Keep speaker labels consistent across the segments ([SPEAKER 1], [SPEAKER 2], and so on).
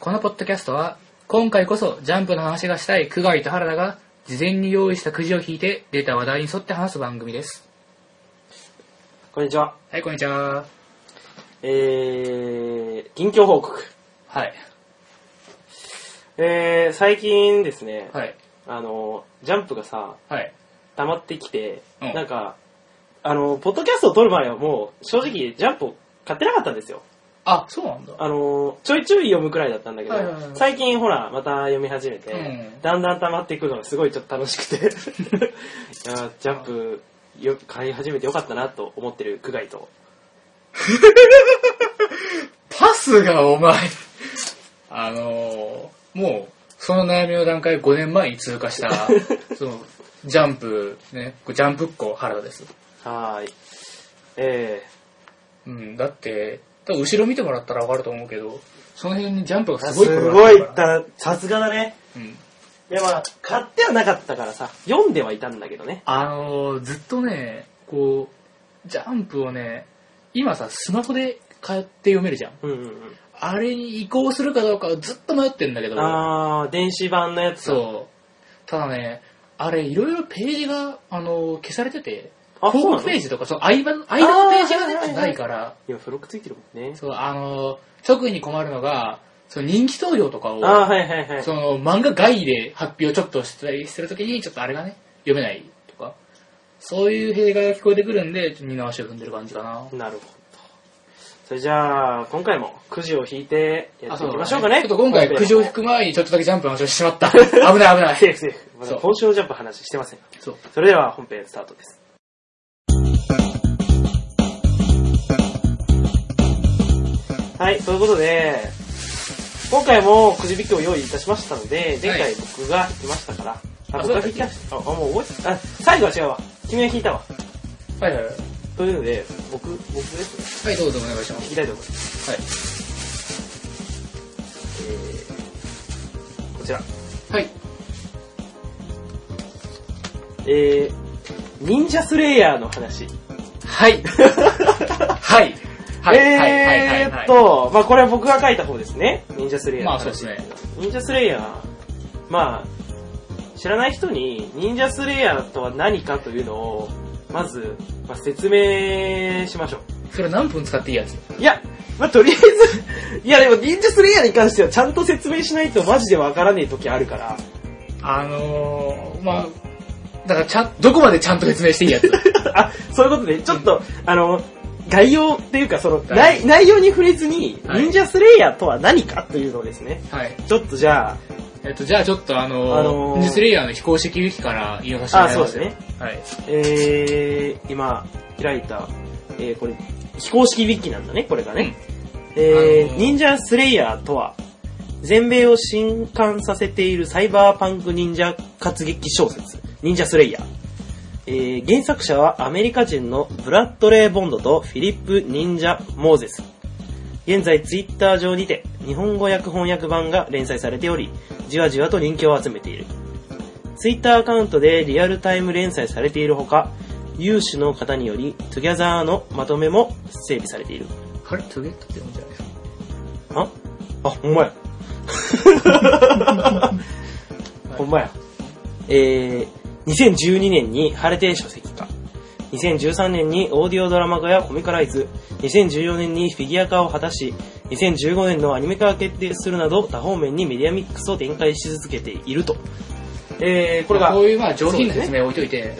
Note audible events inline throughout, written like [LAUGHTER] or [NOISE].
[SPEAKER 1] このポッドキャストは、今回こそジャンプの話がしたい久我井と原田が、事前に用意したくじを引いて、出た話題に沿って話す番組です。
[SPEAKER 2] こんにちは。
[SPEAKER 1] はい、こんにちは。
[SPEAKER 2] えー、近況報告。
[SPEAKER 1] はい。
[SPEAKER 2] えー、最近ですね、
[SPEAKER 1] はい。
[SPEAKER 2] あの、ジャンプがさ、
[SPEAKER 1] はい。
[SPEAKER 2] 溜まってきて、
[SPEAKER 1] うん
[SPEAKER 2] なんか、あの、ポッドキャストを撮る前はもう、正直、ジャンプを買ってなかったんですよ。
[SPEAKER 1] あ、そうなんだ。
[SPEAKER 2] あの、ちょいちょい読むくらいだったんだけど、
[SPEAKER 1] はいはいはい
[SPEAKER 2] 最近ほら、また読み始めて、
[SPEAKER 1] うん
[SPEAKER 2] だんだん溜まっていくのがすごいちょっと楽しくて、い
[SPEAKER 1] [LAUGHS]
[SPEAKER 2] やージャンプ、よ買い始めてよかったなと思ってる久我井と。
[SPEAKER 1] パスがお前、 [LAUGHS] あのー、もう、その悩みの段階5年前に通過した、 [LAUGHS] その、ジャンプ、ね、ジャンプっ子原田です。
[SPEAKER 2] はーい。え
[SPEAKER 1] うん、だって、多分後ろ見てもらったらわかると思うけど、その辺にジャンプが
[SPEAKER 2] ー、
[SPEAKER 1] すごい
[SPEAKER 2] す
[SPEAKER 1] 転が
[SPEAKER 2] ご
[SPEAKER 1] っ
[SPEAKER 2] い
[SPEAKER 1] てたから、
[SPEAKER 2] ださすがだね。
[SPEAKER 1] うん。
[SPEAKER 2] いやまあ、買ってはなかったからさ、読んではいたんだけどね。
[SPEAKER 1] あのー、ずっとね、こう、ジャンプをね、今さ、スマホで買って読めるじゃん。
[SPEAKER 2] うんうん
[SPEAKER 1] あれに移行するかどうかをずっと迷ってるんだけ
[SPEAKER 2] う
[SPEAKER 1] ど
[SPEAKER 2] ん。、あー、電子版のやつだ
[SPEAKER 1] そう。ただね、あれ、いろいろページが、あのー、消されてて、
[SPEAKER 2] あ、
[SPEAKER 1] 広
[SPEAKER 2] そうな
[SPEAKER 1] 告
[SPEAKER 2] の
[SPEAKER 1] ペー
[SPEAKER 2] い
[SPEAKER 1] ジとか、その間の、間のページが
[SPEAKER 2] あーはいはいは
[SPEAKER 1] ね
[SPEAKER 2] い
[SPEAKER 1] ないから、
[SPEAKER 2] や、付録ついてるもんね。
[SPEAKER 1] そう、あのー、特に困るのが、その人気投票とかを、
[SPEAKER 2] あー、はいはいはい。
[SPEAKER 1] その漫画外で発表ちょっとしたりしてるときに、ちょっとあれがね、読めないとか、そういう弊害が聞こえてくるんで、ちょっと二の足を踏んでる感じかな。
[SPEAKER 2] なるほど。それじゃあ、今回もくじを引いてやっていきましょうかね。
[SPEAKER 1] ちょっと今回、苦情
[SPEAKER 2] [LAUGHS]
[SPEAKER 1] を引く前にちょっとだけジャンプの話をしてしまった。危ない危な
[SPEAKER 2] セー
[SPEAKER 1] い。
[SPEAKER 2] フセーフ。まだ
[SPEAKER 1] そう
[SPEAKER 2] 今週のジャンプ話してません。
[SPEAKER 1] そう。
[SPEAKER 2] それでは本編スタートです。はい、ということで、今回もくじ引きを用意いたしましたので、前
[SPEAKER 1] は
[SPEAKER 2] 回
[SPEAKER 1] い
[SPEAKER 2] 僕が引きましたから、あ、
[SPEAKER 1] あ
[SPEAKER 2] 僕
[SPEAKER 1] そうだ
[SPEAKER 2] が引きました。あ、あもう覚えてあ、最後は違うわ。君が引いたわ。
[SPEAKER 1] はいはいはい。
[SPEAKER 2] というので、僕、僕ですね。
[SPEAKER 1] はい、どうぞお願いしま
[SPEAKER 2] 引きたいと思います。
[SPEAKER 1] す。
[SPEAKER 2] こちら。
[SPEAKER 1] はい。はい。
[SPEAKER 2] えー、忍者スレイヤーの話。
[SPEAKER 1] はい。はい。はい。はい。はい。
[SPEAKER 2] えーっと、まあこれは僕が書いた方ですね。忍者スレイヤー
[SPEAKER 1] ま
[SPEAKER 2] の
[SPEAKER 1] あそうで
[SPEAKER 2] 話。
[SPEAKER 1] すね。
[SPEAKER 2] 忍者スレイヤー、まあ、知らない人に忍者スレイヤーとは何かというのを、まず、まあ、説明しましょ
[SPEAKER 1] それ何分使っていいやつ
[SPEAKER 2] う。いや、まあ、とりあえず、いやでも忍者スレイヤーに関してはちゃんと説明しないとマジでわからねえ時あるから、
[SPEAKER 1] あのー、まあだからちゃん、どこまでちゃんと説明していいや
[SPEAKER 2] [LAUGHS]
[SPEAKER 1] つ
[SPEAKER 2] あ、そういうことで、ちょっと、あの、概要っていうか、その、
[SPEAKER 1] はい
[SPEAKER 2] 内内容に触れずに、
[SPEAKER 1] はい
[SPEAKER 2] 忍者スレイヤーとは何かというのをですね、
[SPEAKER 1] はい。
[SPEAKER 2] ちょっとじゃあ、
[SPEAKER 1] えっと、じゃあちょっとあのー、
[SPEAKER 2] あのー
[SPEAKER 1] ニュースレイヤーの非公式ウィキから言いまさせてもらいますよ
[SPEAKER 2] あそう
[SPEAKER 1] はい。
[SPEAKER 2] えー、今、開いた、えー、これ、非公式ウィキなんだね、これがね。
[SPEAKER 1] あ
[SPEAKER 2] え
[SPEAKER 1] の
[SPEAKER 2] ー、
[SPEAKER 1] ー
[SPEAKER 2] 忍者スレイヤーとは、全米を震撼させているサイバーパンク忍者活劇小説、忍者スレイヤー。えー、原作者はアメリカ人のブラッドレー・ボンドとフィリップ・忍者・モーゼス。現在ツイッター上にて日本語訳翻訳版が連載されており、じわじわと人気を集めている。ツイッターアカウントでリアルタイム連載されているほか、有志の方により、トゥギャザーのまとめも整備されている。
[SPEAKER 1] あれトゥゲットって読むんじゃないですか。
[SPEAKER 2] ああ、ほんま [LAUGHS] や。ほんまや。えー、2012年に晴れて書籍化。2013年にオーディオドラマ化やコミカライズ。2014年にフィギュア化を果たし、2015年のアニメ化が決定するなど、多方面にメディアミックスを展開し続けていると。えー、これが
[SPEAKER 1] こう、いうまあ上品な説明置いといて、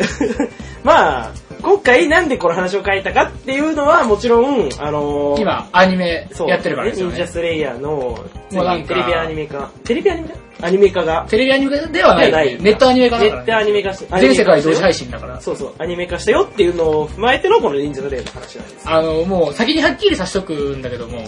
[SPEAKER 2] まあ、今回なんでこの話を書いたかっていうのはもちろん、あのー、
[SPEAKER 1] 今、アニメ
[SPEAKER 2] そう
[SPEAKER 1] やってるからですよ
[SPEAKER 2] 忍者
[SPEAKER 1] ね。
[SPEAKER 2] スレイヤーの、
[SPEAKER 1] もうなんか
[SPEAKER 2] テレビアニメ化。テレビアニメ化アニメ化が。
[SPEAKER 1] テレビアニメではない。ネットアニメかな
[SPEAKER 2] ネットアニメ化して。
[SPEAKER 1] 全世界同時配
[SPEAKER 2] 信。
[SPEAKER 1] 信だから。
[SPEAKER 2] そうそう、アニメ化したよっていうのを踏まえてのこの忍者スレイヤーの話なんです。
[SPEAKER 1] あの、もう先にはっきりさしとくんだけども、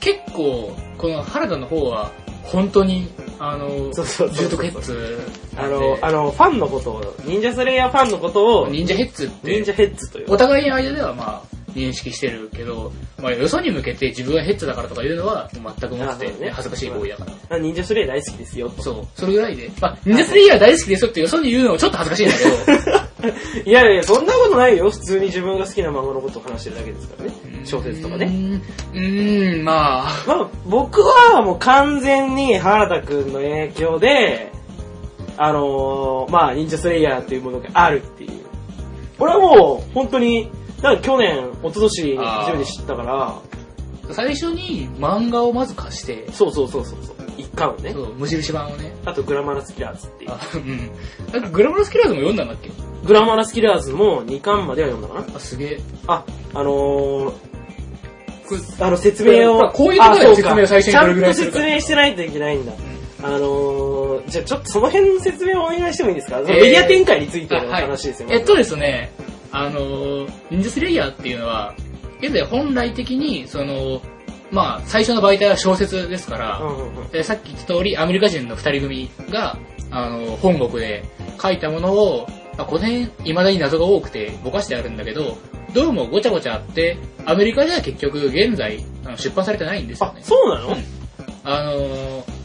[SPEAKER 1] 結構、この原田の方は、本当に、あの、
[SPEAKER 2] そうそうそうそう
[SPEAKER 1] 重篤ヘッズ
[SPEAKER 2] あ
[SPEAKER 1] なんで。
[SPEAKER 2] の、あの、ファンのことを、忍者スレイヤーファンのことを、
[SPEAKER 1] 忍者ヘッズっ
[SPEAKER 2] 忍
[SPEAKER 1] て、
[SPEAKER 2] 者ヘッズという。
[SPEAKER 1] お互いの間ではまあ、認識してるけど、まあ、よそに向けて自分がヘッズだからとか言うのは、もう全くもっ
[SPEAKER 2] あ
[SPEAKER 1] て
[SPEAKER 2] そうね
[SPEAKER 1] 恥ずかしい行為だから。
[SPEAKER 2] あ忍者スレイヤー大好きですよと。
[SPEAKER 1] そう、それぐらいで。まあ、忍者スレイヤー大好きですよってよそに言うのもちょっと恥ずかしいんだけど、
[SPEAKER 2] いやいや、そんなことないよ。普通に自分が好きな漫画のことを話してるだけですからね。小説とかね。
[SPEAKER 1] うーん。うーん、まあ。
[SPEAKER 2] まあ、僕はもう完全に原田くんの影響で、あのーまあ、忍者スレイヤーというものがあるっていう。俺はもう、本当に、なんか去年、一昨年に初めて知ったから、
[SPEAKER 1] 最初に漫画をまず貸して、
[SPEAKER 2] そうそうそうそうそう、一巻をね
[SPEAKER 1] そ、う無印版をね。
[SPEAKER 2] あとグラマラスキラーズっていう。
[SPEAKER 1] あ、うん。なんかグラマラスキラーズも読んだんだっけ
[SPEAKER 2] グラマラスキラーズも2巻までは読んだかな
[SPEAKER 1] あ、すげえ。
[SPEAKER 2] あ、あのー、
[SPEAKER 1] これ
[SPEAKER 2] あの説明
[SPEAKER 1] まあ
[SPEAKER 2] を、
[SPEAKER 1] こういうところで
[SPEAKER 2] あそう
[SPEAKER 1] 説明を最初に
[SPEAKER 2] ちゃ
[SPEAKER 1] どれぐ
[SPEAKER 2] ん
[SPEAKER 1] ら
[SPEAKER 2] と
[SPEAKER 1] いするか
[SPEAKER 2] 説明してないといけないんだ。あのー、じゃあちょっとその辺の説明をお願いしてもいいですか、その
[SPEAKER 1] えー
[SPEAKER 2] メディア展開についての
[SPEAKER 1] あはい
[SPEAKER 2] 話ですよ、
[SPEAKER 1] えっとですね、あの、忍者スレイヤーっていうのは、現在本来的に、その、まあ、最初の媒体は小説ですから、
[SPEAKER 2] うんうんうん
[SPEAKER 1] でさっき言った通り、アメリカ人の二人組が、あの、本国で書いたものを、まあ、この辺、未だに謎が多くて、ぼかしてあるんだけど、どうもごちゃごちゃあって、アメリカでは結局、現在、あの出版されてないんですよ
[SPEAKER 2] あ、
[SPEAKER 1] ね。
[SPEAKER 2] そうなの、
[SPEAKER 1] うんあのー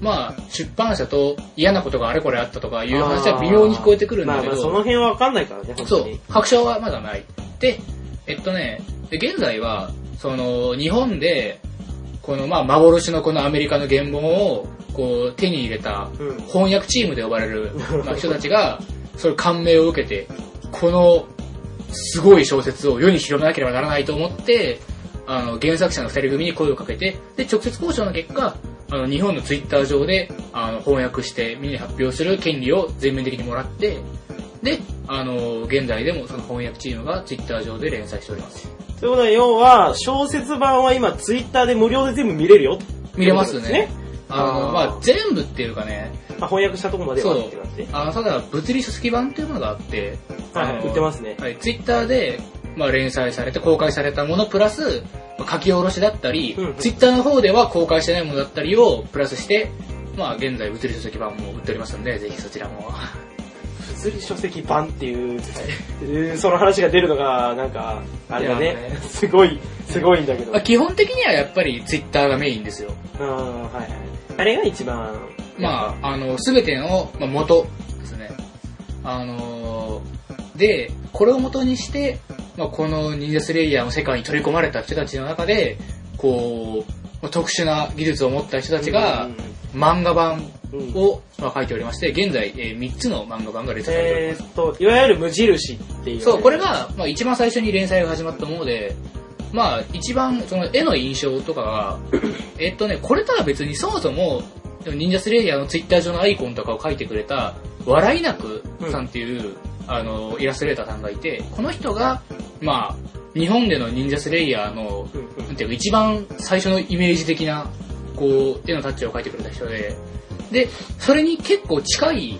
[SPEAKER 1] まあ、出版社と嫌なことがあれこれあったとかいう話は微妙に聞こえてくるんだけ
[SPEAKER 2] まあまあその
[SPEAKER 1] ど、
[SPEAKER 2] 辺はわかんないからね、本
[SPEAKER 1] そ
[SPEAKER 2] 当
[SPEAKER 1] う
[SPEAKER 2] に。、
[SPEAKER 1] 確証はまだない。で、えっとね、で現在は、その、日本で、この、まあ、幻のこのアメリカの原本を、こう、手に入れた
[SPEAKER 2] うん。
[SPEAKER 1] 翻訳チームで呼ばれる、まあ、人たちが、それ感銘を受けて、この、すごい小説を世に広めなければならないと思って、あの、原作者の二人組に声をかけて、で、直接交渉の結果、あの、日本のツイッター上で、あの、翻訳して、みんなに発表する権利を全面的にもらって、で、あの、現在でもその翻訳チームがツイッター上で連載しております。
[SPEAKER 2] ということは、要は、小説版は今、ツイッターで無料で全部見れるよ。
[SPEAKER 1] 見れますね
[SPEAKER 2] ということ
[SPEAKER 1] あの、ま
[SPEAKER 2] あ
[SPEAKER 1] あ、
[SPEAKER 2] ー
[SPEAKER 1] 全部っていうかね、
[SPEAKER 2] ですねあ、翻訳したとこまではってなって。
[SPEAKER 1] あの、ただ、物理書籍版っていうものがあって、
[SPEAKER 2] はいはい、売ってますね。
[SPEAKER 1] はい、ツイッターで、まあ、連載されて公開されたものプラス、まあ書き下ろしだったり、
[SPEAKER 2] うんうん
[SPEAKER 1] ツイッターの方では公開してないものだったりをプラスして、まあ、現在物理書籍版も売っておりますので、ぜひそちらも。
[SPEAKER 2] 物理書籍版っていう、えーその話が出るのが、なんか、あれだ
[SPEAKER 1] いや
[SPEAKER 2] ね
[SPEAKER 1] ね。
[SPEAKER 2] すごい、すごいんだけど。
[SPEAKER 1] まあ、基本的にはやっぱりツイッターがメインですよ。
[SPEAKER 2] あーはいはい。あれが一番、
[SPEAKER 1] まあ、あの、すべての、まあ、元ですね。あのーで、これを元にして、まあ、この忍者スレイヤーの世界に取り込まれた人たちの中で、こう、まあ特殊な技術を持った人たちが、漫画版
[SPEAKER 2] うん、うん
[SPEAKER 1] を、まあ、書いておりまして、現在、え3つの漫画版が連載されており
[SPEAKER 2] えーっと、いわゆる無印っていう、
[SPEAKER 1] ます。そう、これ、が、まあ、一番最初に連載が始まったもので、まあ、一番、その、絵の印象とかが、 [COUGHS] えっとね、これとは別にそもそも、でも忍者スレイヤーのツイッター上のアイコンとかを書いてくれた、笑いなくさんっていう、あの、イラストレーターさんがいて、この人が、まあ、日本での忍者スレイヤーの
[SPEAKER 2] うんうん
[SPEAKER 1] なんていうか一番最初のイメージ的な、こう、絵のタッチを描いてくれた人で、で、それに結構近い、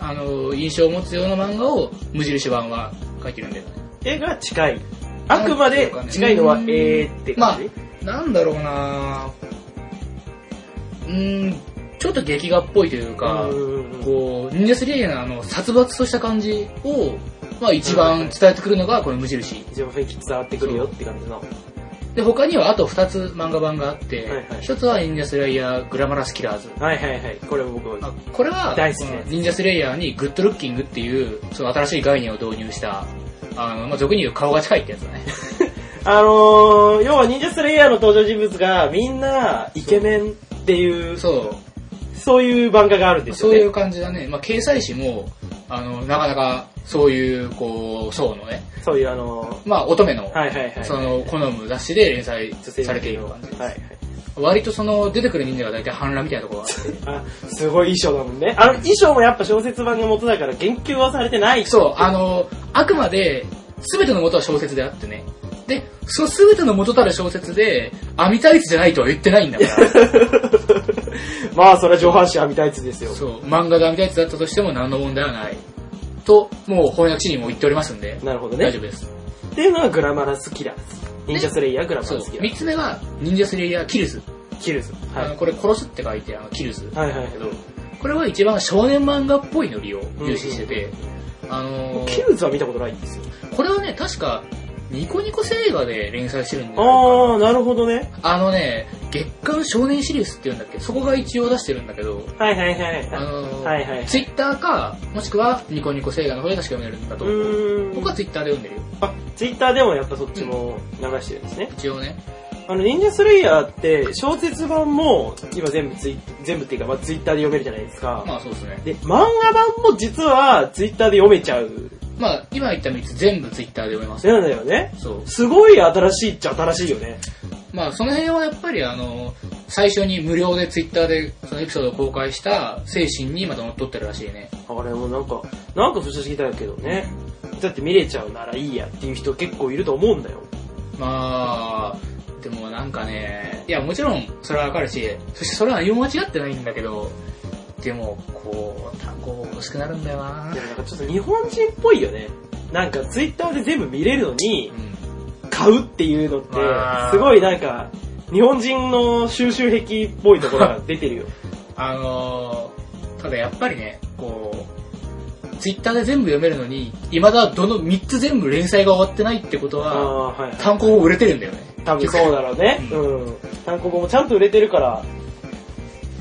[SPEAKER 1] あの、印象を持つような漫画を無印版は描いてるんだよね。
[SPEAKER 2] 絵が近い。あくまで近いのは
[SPEAKER 1] なんてい
[SPEAKER 2] 絵
[SPEAKER 1] う
[SPEAKER 2] って感じ、
[SPEAKER 1] なんだろうなうーん、ちょっと劇画っぽいというか、
[SPEAKER 2] うんうんうん
[SPEAKER 1] こう、忍者スリーのあの、殺伐とした感じを、まあ一番伝えてくるのがこの無印。
[SPEAKER 2] 一番雰囲気伝わってくるよって感じの。
[SPEAKER 1] で、他にはあと2つ漫画版があって、
[SPEAKER 2] はいはい
[SPEAKER 1] 1つは忍者スレイヤーグラマラスキラーズ。
[SPEAKER 2] はいはいはい。これ僕も。
[SPEAKER 1] あこれは、
[SPEAKER 2] 大好きな
[SPEAKER 1] この
[SPEAKER 2] やつ
[SPEAKER 1] 忍者スレイヤーにグッドルッキングっていう、その新しい概念を導入した、あの、まあ、俗に言う顔が近いってやつだね。
[SPEAKER 2] あのー、要は忍者スレイヤーの登場人物がみんなイケメンっていう、そう
[SPEAKER 1] そ
[SPEAKER 2] いう漫画があるん
[SPEAKER 1] う。
[SPEAKER 2] です
[SPEAKER 1] そ
[SPEAKER 2] よ
[SPEAKER 1] う
[SPEAKER 2] ね。
[SPEAKER 1] いう感じだね。まあ、掲載誌も、あの、なかなか、そういう、こう、層のね、
[SPEAKER 2] そういうあの
[SPEAKER 1] まあ、乙女の、
[SPEAKER 2] ー、はいはいはい。
[SPEAKER 1] その、好む雑誌で連載
[SPEAKER 2] 女性
[SPEAKER 1] されている感じです。
[SPEAKER 2] はいはい。
[SPEAKER 1] 割とその、出てくる忍者が大体反乱みたいなところがあって。
[SPEAKER 2] あ、すごい衣装だもんね。あの衣装もやっぱ小説版が元だから言及はされてない。
[SPEAKER 1] そう、あの、あくまで、すべての元は小説であってね。で、そのすべての元たる小説で、網タイツじゃないとは言ってないんだから。
[SPEAKER 2] まあそれは上半身はみたいつですよ。
[SPEAKER 1] そう、漫画が見たやつだったとしても何の問題はない。と、もう翻訳にも言っておりますんで、
[SPEAKER 2] なるほどね。
[SPEAKER 1] 大丈夫です。
[SPEAKER 2] っていうのがグラマラスキラーズ。忍者スレイヤーグラマ
[SPEAKER 1] そう
[SPEAKER 2] ラスキ、ラー
[SPEAKER 1] 三つ目が、忍者スレイヤーキルズ。
[SPEAKER 2] ズ。キルズ。は
[SPEAKER 1] あの
[SPEAKER 2] い。
[SPEAKER 1] これ、殺すって書いて、あの、キルズ。
[SPEAKER 2] はいはいはい
[SPEAKER 1] けど、これは一番少年漫画っぽいノリを重視してて、あのー
[SPEAKER 2] キルズは見たことないんですよ。
[SPEAKER 1] これはね、確か、ニコニコ映画で連載してるんだよ
[SPEAKER 2] あー、なるほどね。
[SPEAKER 1] あのね、月刊少年シリーズっていうんだっけそこが一応出してるんだけど、
[SPEAKER 2] はいはいはい
[SPEAKER 1] あ
[SPEAKER 2] は
[SPEAKER 1] の
[SPEAKER 2] い。はいはい。
[SPEAKER 1] ツイッターか、もしくはニコニコ星画の方で確か読めるんだと
[SPEAKER 2] う
[SPEAKER 1] 思う。
[SPEAKER 2] ーん
[SPEAKER 1] 僕はツイッターで読んでるよ。
[SPEAKER 2] あ、ツイッターでもやっぱそっちも流してるんですね。
[SPEAKER 1] 一応ね。
[SPEAKER 2] あの、忍者スレイヤーって小説版も今全部ツイ、全部っていうか、まあ、ツイッターで読めるじゃないですか。
[SPEAKER 1] まあそうですね。
[SPEAKER 2] で、漫画版も実はツイッターで読めちゃう。
[SPEAKER 1] まあ今言った3つ全部ツイッターで読めます。
[SPEAKER 2] そうなんだよね。
[SPEAKER 1] そう。
[SPEAKER 2] すごい新しいっちゃ新しいよね。
[SPEAKER 1] まあその辺はやっぱりあの、最初に無料でツイッターでそのエピソードを公開した精神にまた乗っ取ってるらしいね。
[SPEAKER 2] あれもなんか、なんか不思議だけどね。だって見れちゃうならいいやっていう人結構いると思うんだよ。
[SPEAKER 1] まあ、でもなんかね、いやもちろんそれはわかるし、そしてそれは何も間違ってないんだけど、でも、こう、単語欲しくなるんだよな
[SPEAKER 2] でもなんかちょっと日本人っぽいよね。なんかツイッターで全部見れるのに
[SPEAKER 1] う、ん。
[SPEAKER 2] 買うっていうのって
[SPEAKER 1] あー、
[SPEAKER 2] すごいなんか、日本人の収集癖っぽいところが出てるよ。
[SPEAKER 1] あのー、ただやっぱりね、こう、ツイッターで全部読めるのに、未だどの3つ全部連載が終わってないってこと
[SPEAKER 2] あ
[SPEAKER 1] は、
[SPEAKER 2] あー、はい、はい。
[SPEAKER 1] 単行本売れてるんだよね。
[SPEAKER 2] 多分そうだろうね。
[SPEAKER 1] う
[SPEAKER 2] うん。単行本もちゃんと売れてるから、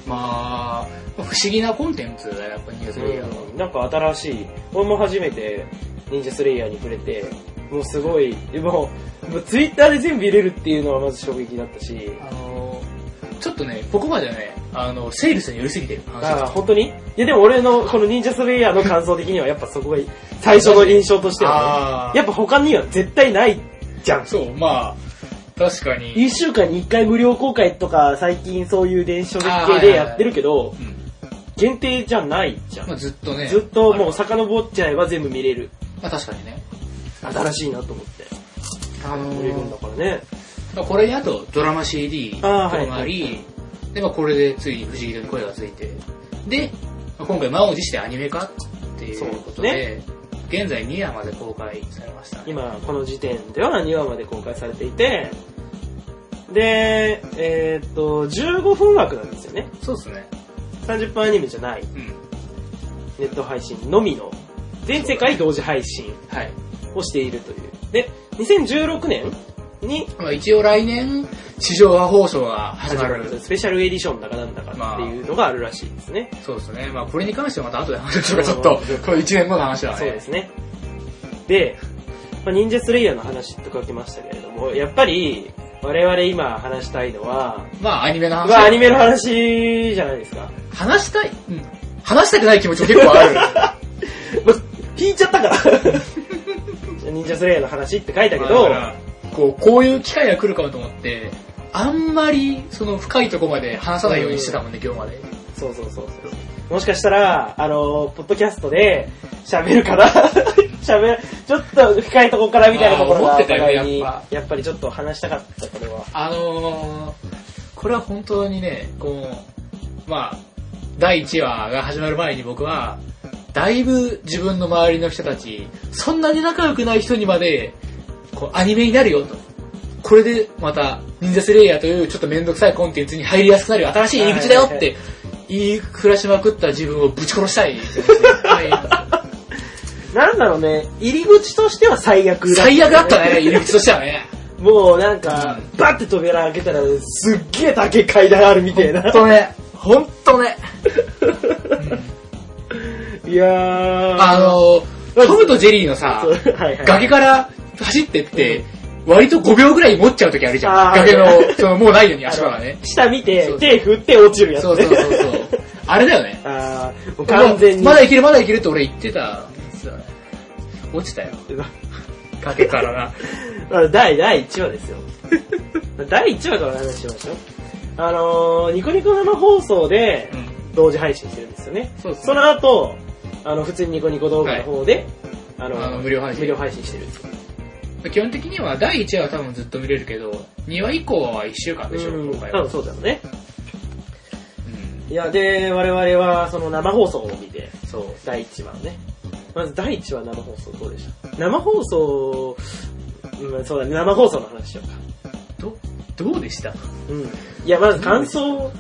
[SPEAKER 1] まあ、不思議なコンテンツだよ、やっぱニュースリーガーは。
[SPEAKER 2] うんなんか新しい。俺も初めて、忍者スレイヤーに触れて、もうすごい、もう、もうツイッターで全部見れるっていうのはまず衝撃だったし、
[SPEAKER 1] あのー、ちょっとね、ここまでね、あの、セールスに寄りすぎてる話
[SPEAKER 2] ああ、本当にいやでも俺のこの忍者スレイヤーの感想的にはやっぱそこがいい最初の印象としては、
[SPEAKER 1] あ
[SPEAKER 2] ね、やっぱ他には絶対ないじゃん。
[SPEAKER 1] そう、まあ、確かに。
[SPEAKER 2] 一週間に一回無料公開とか最近そういう電子書
[SPEAKER 1] あー
[SPEAKER 2] 籍
[SPEAKER 1] はい
[SPEAKER 2] 系
[SPEAKER 1] はい
[SPEAKER 2] で
[SPEAKER 1] はい
[SPEAKER 2] やってるけど、
[SPEAKER 1] うん
[SPEAKER 2] 限定じゃないじゃ
[SPEAKER 1] まあ、
[SPEAKER 2] ん。
[SPEAKER 1] ずっとね。
[SPEAKER 2] ずっとも
[SPEAKER 1] う。
[SPEAKER 2] う遡っちゃえば全部見れる。
[SPEAKER 1] まあ、確かにね。
[SPEAKER 2] 新しいなと思って。
[SPEAKER 1] あの
[SPEAKER 2] 見れるんだからね。
[SPEAKER 1] まあこれにあとドラマ CD と
[SPEAKER 2] あーはい
[SPEAKER 1] もあり、で、まあこれでついに不思議と声がついて、で、まあ今回満を持してアニメ化っていうことで、現在2話まで公開されました、ね。
[SPEAKER 2] 今、この時点では2話まで公開されていて、で、えーっと、15分枠なんですよね。
[SPEAKER 1] そうですね。
[SPEAKER 2] 30分アニメじゃない。
[SPEAKER 1] うん。
[SPEAKER 2] ネット配信のみの、全世界同時配信
[SPEAKER 1] はい。
[SPEAKER 2] をしているという。で、2016年に
[SPEAKER 1] まあ一応来年、地上波放送が始
[SPEAKER 2] 始
[SPEAKER 1] ま
[SPEAKER 2] ま
[SPEAKER 1] る
[SPEAKER 2] る。スペシャルエディションだかなんだかっていうのがあるらしいですね。
[SPEAKER 1] そうですね。まあこれに関してはまた後で話しましょう。ちょっと、これ1年後の話だね。
[SPEAKER 2] そうですね。で、まあ、忍者スレイヤーの話と書きましたけれども、やっぱり我々今話したいのは、
[SPEAKER 1] まあアニメの話。
[SPEAKER 2] まあアニメの話じゃないですか。
[SPEAKER 1] 話したい、うん。話したくない気持ちも結構あ
[SPEAKER 2] [LAUGHS]
[SPEAKER 1] る。
[SPEAKER 2] まあ聞いちゃっ
[SPEAKER 1] [LAUGHS]
[SPEAKER 2] たから。忍者スレイヤーの話って書いたけ
[SPEAKER 1] まあ
[SPEAKER 2] ど
[SPEAKER 1] だ、からこう、こういう機会が来るかもと思って、あんまり、その深いとこまで話さないようにしてたもんね、今日まで。
[SPEAKER 2] そうそうそうそう。もしかしたら、あのポッドキャストで喋るかな [LAUGHS] 喋る、ちょっと深いとこからみたいなところ
[SPEAKER 1] あー
[SPEAKER 2] が、
[SPEAKER 1] 思ってたよ
[SPEAKER 2] お互いに
[SPEAKER 1] やっ
[SPEAKER 2] やっぱりちょっと話したかった、これは。
[SPEAKER 1] あのー、これは本当にね、こう、まあ、第1話が始まる前に僕は、だいぶ自分の周りの人たち、そんなに仲良くない人にまで、こう、アニメになるよと。これでまた、忍者スレイヤーというちょっとめんどくさいコンテンツに入りやすくなるよ新しい入り口だよって、言いふらしまくった自分をぶち殺したいですね。はい
[SPEAKER 2] なんだろうね、入り口としては最悪だ
[SPEAKER 1] 最悪だったね、入り口としてはね。
[SPEAKER 2] もうなんか、バッて扉開けたら、すっげえ高い階段あるみたいな。
[SPEAKER 1] とね、ほんとね。
[SPEAKER 2] いやー。
[SPEAKER 1] あの、トムとジェリーのさ
[SPEAKER 2] そ、う、はいはい。
[SPEAKER 1] 崖から走ってって、割と5秒ぐらい持っちゃう時あるじゃん。
[SPEAKER 2] あー
[SPEAKER 1] 崖の、そのもうないように足場が
[SPEAKER 2] [LAUGHS]
[SPEAKER 1] ね。
[SPEAKER 2] 下見
[SPEAKER 1] そ
[SPEAKER 2] て
[SPEAKER 1] う、
[SPEAKER 2] 手振って落ちるやつね。
[SPEAKER 1] そうそうそうそう。あれだよね。
[SPEAKER 2] [LAUGHS] あー、もう完全に。
[SPEAKER 1] まだいけるまだいけるって俺言ってたんですよね。落ちたよ。崖から
[SPEAKER 2] [LAUGHS]
[SPEAKER 1] な。
[SPEAKER 2] あ第、第1話ですよ。 [LAUGHS] 第1話から話しましょう。あのー、ニコニコ生放送で
[SPEAKER 1] うん。
[SPEAKER 2] 同時配信してるんですよね。
[SPEAKER 1] そうそ
[SPEAKER 2] その後、あの、普通にニコニコ動画の方で、あ
[SPEAKER 1] あの無料配信
[SPEAKER 2] 無料配信してるんですよ
[SPEAKER 1] う。基本的には第1話は多分ずっと見れるけど、2話以降は1週間でしょ、
[SPEAKER 2] うん、
[SPEAKER 1] 今
[SPEAKER 2] 多
[SPEAKER 1] 回は。
[SPEAKER 2] 分そうだろうね。
[SPEAKER 1] うん
[SPEAKER 2] いや、で、我々はその生放送を見て、
[SPEAKER 1] そう。
[SPEAKER 2] 第1話をね。まず第1話生放送どうでした生放送、うん、そうだね、生放送の話しようか。
[SPEAKER 1] ど、どうでした
[SPEAKER 2] うん。いや、まず感想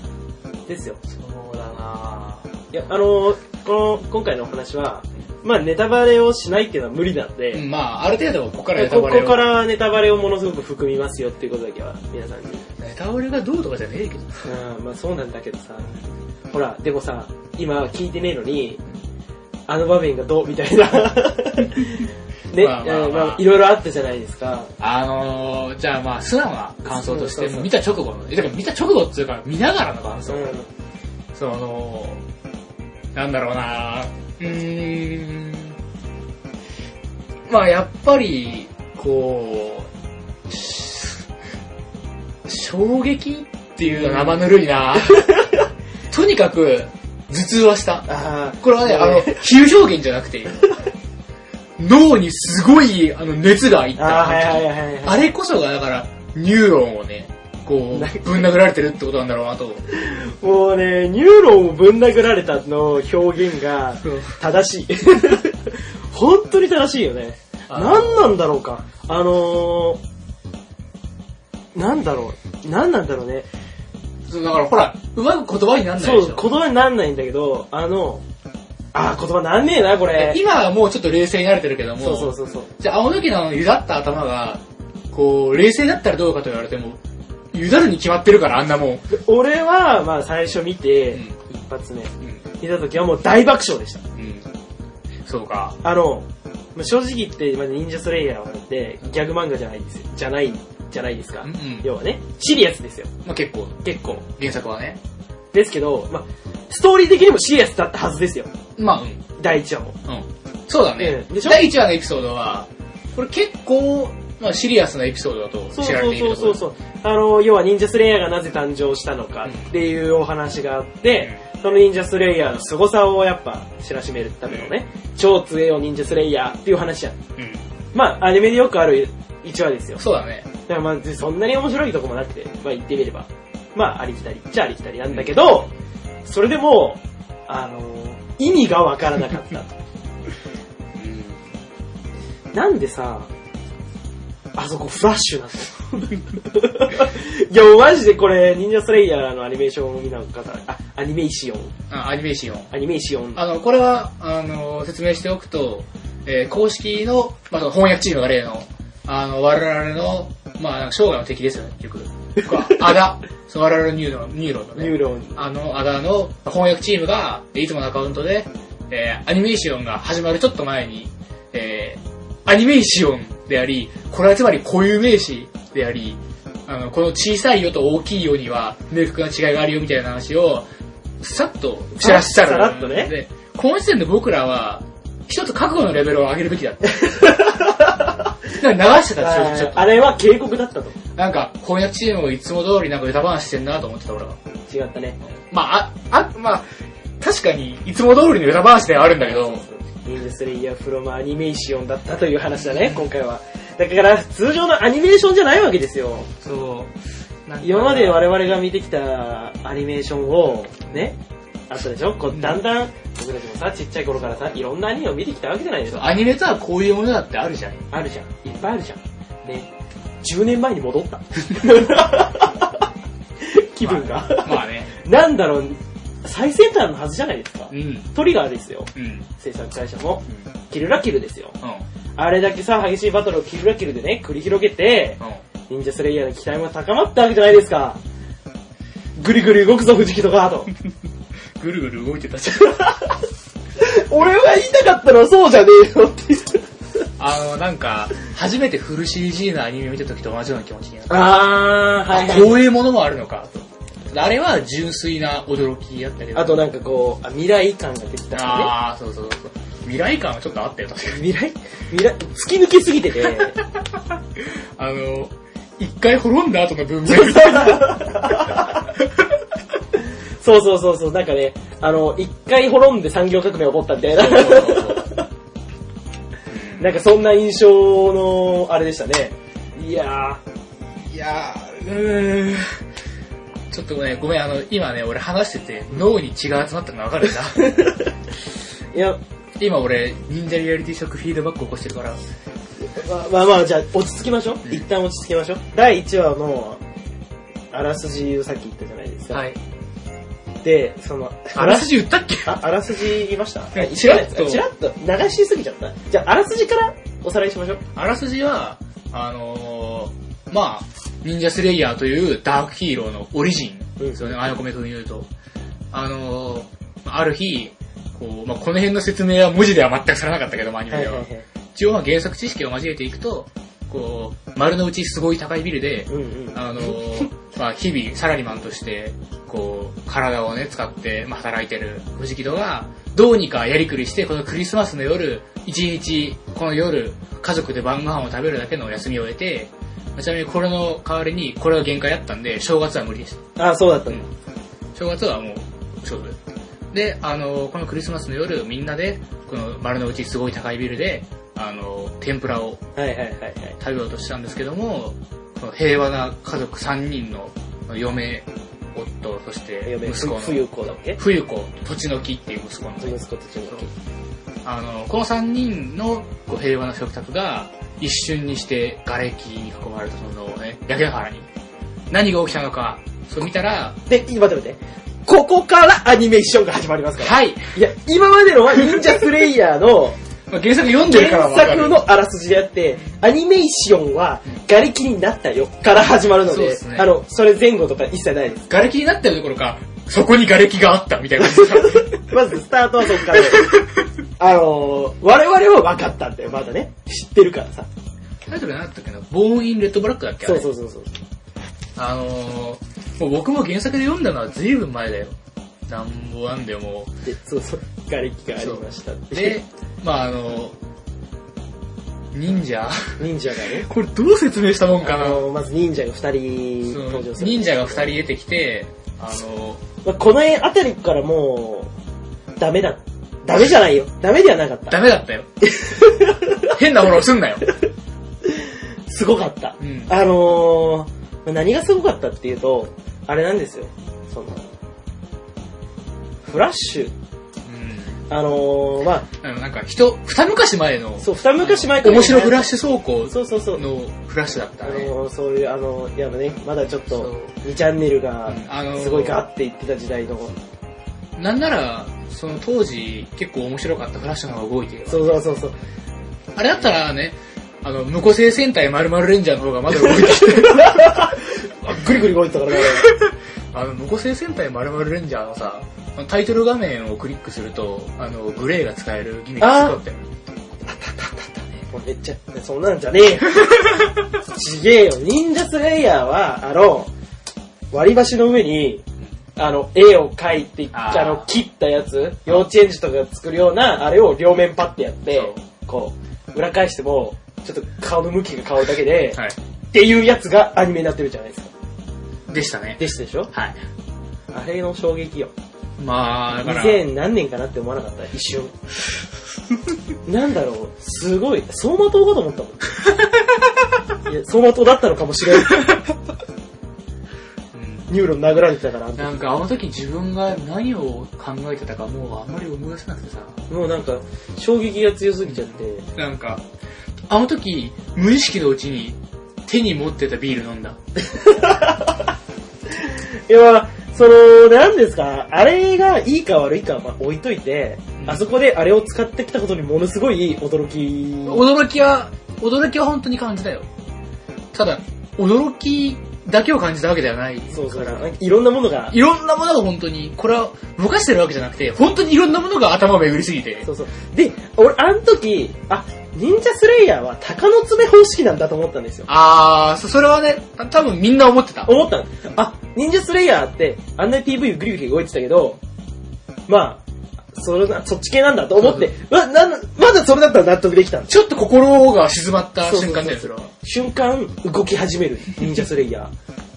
[SPEAKER 2] ですよ。
[SPEAKER 1] そうだない
[SPEAKER 2] や、あのこの、今回のお話は、まあネタバレをしないっていうのは無理なんで、
[SPEAKER 1] うんまあ、ある程度ここからネタ
[SPEAKER 2] こ
[SPEAKER 1] バレを
[SPEAKER 2] こからネタバレをものすごく含みますよっていうことだけは皆さんに
[SPEAKER 1] ねネタバレがどうとかじゃねえけど。
[SPEAKER 2] うん、まあそうなんだけどさ。ほら、でもさ、今聞いてねえのに、あの場面がどうみたい [LAUGHS] な。ね、
[SPEAKER 1] まあまあまあ
[SPEAKER 2] うんまあいろいろあったじゃないですか。
[SPEAKER 1] あのー、じゃあまあ、素直な感想とし
[SPEAKER 2] そ
[SPEAKER 1] て、
[SPEAKER 2] うそうそう
[SPEAKER 1] もう見た直後のね、だから見た直後っていうか、見ながらの感想。
[SPEAKER 2] う
[SPEAKER 1] その、なんだろうなうーん。まあやっぱり、こう、し衝撃っていうのは生ぬるい [LAUGHS] なとにかく、頭痛はした。
[SPEAKER 2] ん。ああ、
[SPEAKER 1] これはね、あの、比喩表現じゃなくて、脳にすごい、あの、熱がいった
[SPEAKER 2] ああ、はい
[SPEAKER 1] 感
[SPEAKER 2] はい
[SPEAKER 1] じ。
[SPEAKER 2] はいはい。
[SPEAKER 1] あれこそが、だから、ニューロンをね、こう、ぶん殴られてるってことなんだろうなと。
[SPEAKER 2] もうね、ニューロンをぶん殴られたの表現が正しい。 [LAUGHS] 本当に正しいよね。
[SPEAKER 1] あ
[SPEAKER 2] 何
[SPEAKER 1] の
[SPEAKER 2] なんだろうか。あのー、なんだろう。何なんだろうね。
[SPEAKER 1] そうだからほら、うまく言葉になんない
[SPEAKER 2] そ
[SPEAKER 1] で
[SPEAKER 2] う、
[SPEAKER 1] し
[SPEAKER 2] 言
[SPEAKER 1] ょ。
[SPEAKER 2] 葉になんないんだけど、あの、あー、言葉なんねえな、これ。
[SPEAKER 1] 今はもうちょっと冷静になれてるけども、
[SPEAKER 2] そうそうそうそう。
[SPEAKER 1] じゃあ青抜きのあのゆだった頭が、こう、冷静だったらどうかと言われても、ゆだるに決まってるから、あんなもん。うん
[SPEAKER 2] で俺は、まあ最初見て、
[SPEAKER 1] うん
[SPEAKER 2] 一発目、見た時はもう大爆笑でした。
[SPEAKER 1] うんそうか。
[SPEAKER 2] あの、まあ正直言って、まあ忍者ストレイヤーってギャグ漫画じゃないですよ。じゃない、じゃないですか
[SPEAKER 1] うん。うん
[SPEAKER 2] 要はね、シリアスですよ。
[SPEAKER 1] まあ結構、
[SPEAKER 2] 結構。
[SPEAKER 1] 原作はね。
[SPEAKER 2] ですけど、まあ、ストーリー的にもシリアスだったはずですよ。
[SPEAKER 1] まあ、うん。
[SPEAKER 2] 第1話も。
[SPEAKER 1] うん。そうだね。
[SPEAKER 2] うんでしょ
[SPEAKER 1] 第1話のエピソードは、これ結構、まあシリアスなエピソードだと
[SPEAKER 2] そう
[SPEAKER 1] 知られ
[SPEAKER 2] そ
[SPEAKER 1] て
[SPEAKER 2] う
[SPEAKER 1] いる
[SPEAKER 2] そ
[SPEAKER 1] と
[SPEAKER 2] う
[SPEAKER 1] こ
[SPEAKER 2] そう
[SPEAKER 1] ろ。
[SPEAKER 2] そう。あの、要は忍者スレイヤーがなぜ誕生したのかっていうお話があって、その忍者スレイヤーの凄さをやっぱ知らしめるためのね、超強えよ忍者スレイヤーっていう話やん。
[SPEAKER 1] うん。
[SPEAKER 2] まあ、アニメでよくある1話ですよ。
[SPEAKER 1] そうだね。
[SPEAKER 2] だからまあ、そんなに面白いとこもなくて、まあ言ってみれば、まあありきたりっちゃありきたりなんだけど、それでも、あの意味がわからな
[SPEAKER 1] [LAUGHS]
[SPEAKER 2] かった。なんでさ、あそこフラッシュなの [LAUGHS] いや、もうマジでこれ、忍者スレイヤーのアニメーションを見なかった。あ、アニメーション。
[SPEAKER 1] あアニメーション。
[SPEAKER 2] アニメーション。
[SPEAKER 1] あの、これは、あの、説明しておくと、えー公式の、まあ、その翻訳チームが例の、あの、我々の、まあ、なんか生涯の敵ですよね、結
[SPEAKER 2] [LAUGHS]
[SPEAKER 1] 局。これはアダ、その我々のニューロン、ニューロンの
[SPEAKER 2] ニュー
[SPEAKER 1] ね、
[SPEAKER 2] ロン。
[SPEAKER 1] あの、アダの翻訳チームが、いつものアカウントで、えーアニメーションが始まるちょっと前に、えーアニメーションであり、これはつまり固有名詞であり、あの、この小さいよと大きいよには明確な違いがあるよみたいな話を、さっと知らしたら、
[SPEAKER 2] さらっとね
[SPEAKER 1] で、この時点で僕らは、一つ覚悟のレベルを上げるべきだって。
[SPEAKER 2] [LAUGHS]
[SPEAKER 1] なんか流してたでしょ、ちょっ
[SPEAKER 2] ああれは警告だったと。
[SPEAKER 1] と。なんか、翻訳チームをいつも通りなんか歌話してんなと思ってた俺は。
[SPEAKER 2] 違ったね。
[SPEAKER 1] まあ、あ、あ、まあ、確かに、いつも通りの歌話ではあるんだけど、
[SPEAKER 2] 忍者スレイヤーフロムアニメーションだったという話だね、今回は。だから、通常のアニメーションじゃないわけですよ。
[SPEAKER 1] そう。
[SPEAKER 2] 今まで我々が見てきたアニメーションを、ね、あったでしょこうだんだん、僕たちもさ、ちっちゃい頃からさ、いろんなアニメを見てきたわけじゃないですか。
[SPEAKER 1] アニメとはこういうものだってあるじゃん。
[SPEAKER 2] あるじゃん。いっぱいあるじゃん。ね、10年前に戻 [LAUGHS] った。気分が。
[SPEAKER 1] [LAUGHS] まあね。
[SPEAKER 2] なんだろう、最先端のはずじゃないですか
[SPEAKER 1] う。ん。
[SPEAKER 2] トリガーですよ。
[SPEAKER 1] うん。うん。
[SPEAKER 2] 制作会社の。キルラキルですよ。
[SPEAKER 1] うん。
[SPEAKER 2] あれだけさ、激しいバトルをキルラキルでね、繰り広げて、忍者スレイヤーの期待も高まったわけじゃないですか。ぐりぐり動くぞ、藤木とか、と。
[SPEAKER 1] ぐるぐる動いてたじゃん。
[SPEAKER 2] [LAUGHS] 俺が言いたかったのはそうじゃねえよっていう。
[SPEAKER 1] [LAUGHS] あの、なんか、初めてフル CG のアニメ見た時と同じような気持ちに [LAUGHS] なった。
[SPEAKER 2] あー、はい、はい。
[SPEAKER 1] こういうものもあるのか、と。あれは純粋な驚きだったけど。
[SPEAKER 2] あとなんかこう、あ未来感が出てたからね。
[SPEAKER 1] あー、そうそうそう。未来感はちょっとあったよ、確かに。
[SPEAKER 2] 未来未来、突き抜けすぎてて、
[SPEAKER 1] あの、一回滅んだ後の文明。
[SPEAKER 2] [LAUGHS] そうそうそうそう、なんかね、あの、一回滅んで産業革命起こったみたいな。なんかそんな印象の、あれでしたね。いや
[SPEAKER 1] いやー、うーん。ちょっとね、ごめん、あの、今ね、俺話してて、脳に血が集まったのがわかるな。 [LAUGHS]
[SPEAKER 2] ー、いや、
[SPEAKER 1] 今俺、忍者リアリティショックフィードバック起こしてるから。
[SPEAKER 2] ままあまあ、じゃあ落ち着きましょう。
[SPEAKER 1] うん
[SPEAKER 2] 一旦落ち着きましょう。第1話の、あらすじをさっき言ったじゃないですか。
[SPEAKER 1] はい。
[SPEAKER 2] で、その、
[SPEAKER 1] あらすじ言ったっけ
[SPEAKER 2] [LAUGHS] あ、あらすじ言いました
[SPEAKER 1] えちらっと
[SPEAKER 2] ちらっと。流しすぎちゃった。じゃあ、あらすじからおさらいしましょう。
[SPEAKER 1] あらすじは、あのー、まあ、忍者スレイヤーというダークヒーローのオリジンですよね、あやこめ風に言うと。あのー、まあある日、こう、まあ、この辺の説明は文字では全くされなかったけども、アニメ
[SPEAKER 2] はい
[SPEAKER 1] で
[SPEAKER 2] はいは
[SPEAKER 1] は。
[SPEAKER 2] い。
[SPEAKER 1] 一応、まあ原作知識を交えていくと、こう、丸の内すごい高いビルで、
[SPEAKER 2] うんうん。
[SPEAKER 1] あのーまあ、日々サラリーマンとして、こう、体をね、使って、まあ、働いてる藤木戸が、どうにかやりくりして、このクリスマスの夜、一日、この夜、家族で晩ご飯を食べるだけの休みを得て、ちなみにこれの代わりに、これが限界だったんで、正月は無理でした。
[SPEAKER 2] あ、そうだった
[SPEAKER 1] うん
[SPEAKER 2] だ。
[SPEAKER 1] 正月はもう勝負であのこのクリスマスの夜みんなでこの丸の内すごい高いビルであの天ぷらを
[SPEAKER 2] はいはいはいはい。
[SPEAKER 1] 食べようとしたんですけどもこの平和な家族3人の嫁夫そして
[SPEAKER 2] 嫁
[SPEAKER 1] 息子の
[SPEAKER 2] 冬子だっけ
[SPEAKER 1] 冬子土地の木っていう息子の
[SPEAKER 2] 息子たちの時。
[SPEAKER 1] あのこの3人のこう平和な食卓が一瞬にして瓦礫に囲まれたその、ね、焼け原に何が起きたのかそう見たら
[SPEAKER 2] で、待って待って。ここからアニメーションが始まりますから。
[SPEAKER 1] はい
[SPEAKER 2] いや、今までのは忍者スレイヤーの
[SPEAKER 1] まあ原作読んでるから
[SPEAKER 2] 原
[SPEAKER 1] わかる
[SPEAKER 2] 作のあらすじであって、アニメーションは瓦礫になったよから始まるの
[SPEAKER 1] そうで
[SPEAKER 2] で、
[SPEAKER 1] すね
[SPEAKER 2] あの、それ前後とか一切な
[SPEAKER 1] [LAUGHS]
[SPEAKER 2] いです。
[SPEAKER 1] 瓦礫になってるどころか、そこに瓦礫があったみたいな感じ
[SPEAKER 2] [LAUGHS]
[SPEAKER 1] でした。
[SPEAKER 2] まずスタートはそこ
[SPEAKER 1] [LAUGHS]
[SPEAKER 2] からで。あのー、我々は分かったんだよ、まだね。知ってるからさ。
[SPEAKER 1] タイトル何だったっけなボーンインレッドブラックだっけあ
[SPEAKER 2] そ
[SPEAKER 1] れ
[SPEAKER 2] うそうそうそう。
[SPEAKER 1] あのー、もう僕も原作で読んだのは随分前だよ。なんぼなんだよ、も
[SPEAKER 2] で、そうそう、瓦礫がありましたっ
[SPEAKER 1] う。
[SPEAKER 2] て。
[SPEAKER 1] で、まああのー、忍者
[SPEAKER 2] 忍者がね、
[SPEAKER 1] [LAUGHS] これどう説明したもんか
[SPEAKER 2] あ
[SPEAKER 1] な
[SPEAKER 2] のー、まず忍者が二人
[SPEAKER 1] そ
[SPEAKER 2] 登場
[SPEAKER 1] の
[SPEAKER 2] する。
[SPEAKER 1] 忍者が二人出てきて、あのー、
[SPEAKER 2] まあ、この辺あたりからもう、ダメだ。ダメじゃないよ。ダメではなかった。
[SPEAKER 1] ダメだった [LAUGHS] よ。変なフォローすんなよ。
[SPEAKER 2] すごかった。
[SPEAKER 1] うん
[SPEAKER 2] あのー、何がすごかったっていうと、あれなんですよ。その、フラッシュ。
[SPEAKER 1] うん
[SPEAKER 2] あのー、ま
[SPEAKER 1] あの。なんか人、二昔前の
[SPEAKER 2] あ、、そう、二昔前から。
[SPEAKER 1] 面白フラッシュ走行
[SPEAKER 2] そうそうそう。
[SPEAKER 1] のフラッシュだった
[SPEAKER 2] あ
[SPEAKER 1] ね。
[SPEAKER 2] のー、そういう、あのー、いやね、まだちょっ
[SPEAKER 1] そう
[SPEAKER 2] と、2チャンネルが、
[SPEAKER 1] あの
[SPEAKER 2] すごいガーって言ってた時代の、
[SPEAKER 1] なんなら、その当時結構面白かったフラッシュの方が動いてるわ
[SPEAKER 2] そうそうそうそう。
[SPEAKER 1] あれだったらね、あの、無個性戦隊〇〇レンジャーの方がまだ動いてる。 [LAUGHS]
[SPEAKER 2] [LAUGHS] ぐりぐり動いてたからね。
[SPEAKER 1] あの、無個性戦隊〇〇レンジャーのさ、タイトル画面をクリックすると、あの、グレーが使えるギミック使って
[SPEAKER 2] もうめっちゃ、そんなんじゃねえよ。ちげえよ。忍者スレイヤーは、あの、割り箸の上に、あの、絵を描いて、
[SPEAKER 1] あ
[SPEAKER 2] あ
[SPEAKER 1] ー
[SPEAKER 2] の、切ったやつ、幼稚園児とかが作るような、あれを両面パッてやって、こう、裏返しても、ちょっと顔の向きが変わるだけで、
[SPEAKER 1] は
[SPEAKER 2] っていうやつがアニメになってるじゃないですか。
[SPEAKER 1] い。でしたね。
[SPEAKER 2] でしたでしょ
[SPEAKER 1] はい。
[SPEAKER 2] あれの衝撃よ。
[SPEAKER 1] まあ、だから、
[SPEAKER 2] 2000何年かなって思わなかった、一瞬。 [LAUGHS] なんだろう、すごい、走馬灯かと思った
[SPEAKER 1] [LAUGHS]
[SPEAKER 2] もん。いや、走馬灯だったのかもしれん。
[SPEAKER 1] うん
[SPEAKER 2] ニューロン殴られてたから、あの時
[SPEAKER 1] なんかあの時自分が何を考えてたかもうあんまり思い出せなくてさ。
[SPEAKER 2] もうなんか、衝撃が強すぎちゃって、
[SPEAKER 1] なんか、あの時、無意識のうちに手に持ってたビール飲んだ。
[SPEAKER 2] いや、その、なんですか、あれがいいか悪いかはまあ置いといて、
[SPEAKER 1] うん
[SPEAKER 2] あそこであれを使ってきたことにものすごい驚きを、
[SPEAKER 1] 驚きは、驚きは本当に感じたよ。ただ、驚きだけを感じたわけではない。
[SPEAKER 2] そうそう、なんかいろんなものが
[SPEAKER 1] い、ろんなものが本当に、これはぼかしてるわけじゃなくて、本当にいろんなものが頭を巡りすぎて
[SPEAKER 2] そ。うそう。で、俺、あの時、あ、忍者スレイヤーは鷹の爪方式なんだと思ったんですよ。
[SPEAKER 1] あー、そそれはね、た多分みんな思ってた。
[SPEAKER 2] 思ったの。あ、忍者スレイヤーって、あんなに PV グリグリ動いてたけど、まあ、それな、そっち系なんだと思って、うわ、なん、まだそれだったら納得できたんです。
[SPEAKER 1] ちょっと心が静まった瞬間だよ、そ
[SPEAKER 2] そ
[SPEAKER 1] れ
[SPEAKER 2] う
[SPEAKER 1] は。
[SPEAKER 2] 瞬間、動き始める、忍者スレイヤー。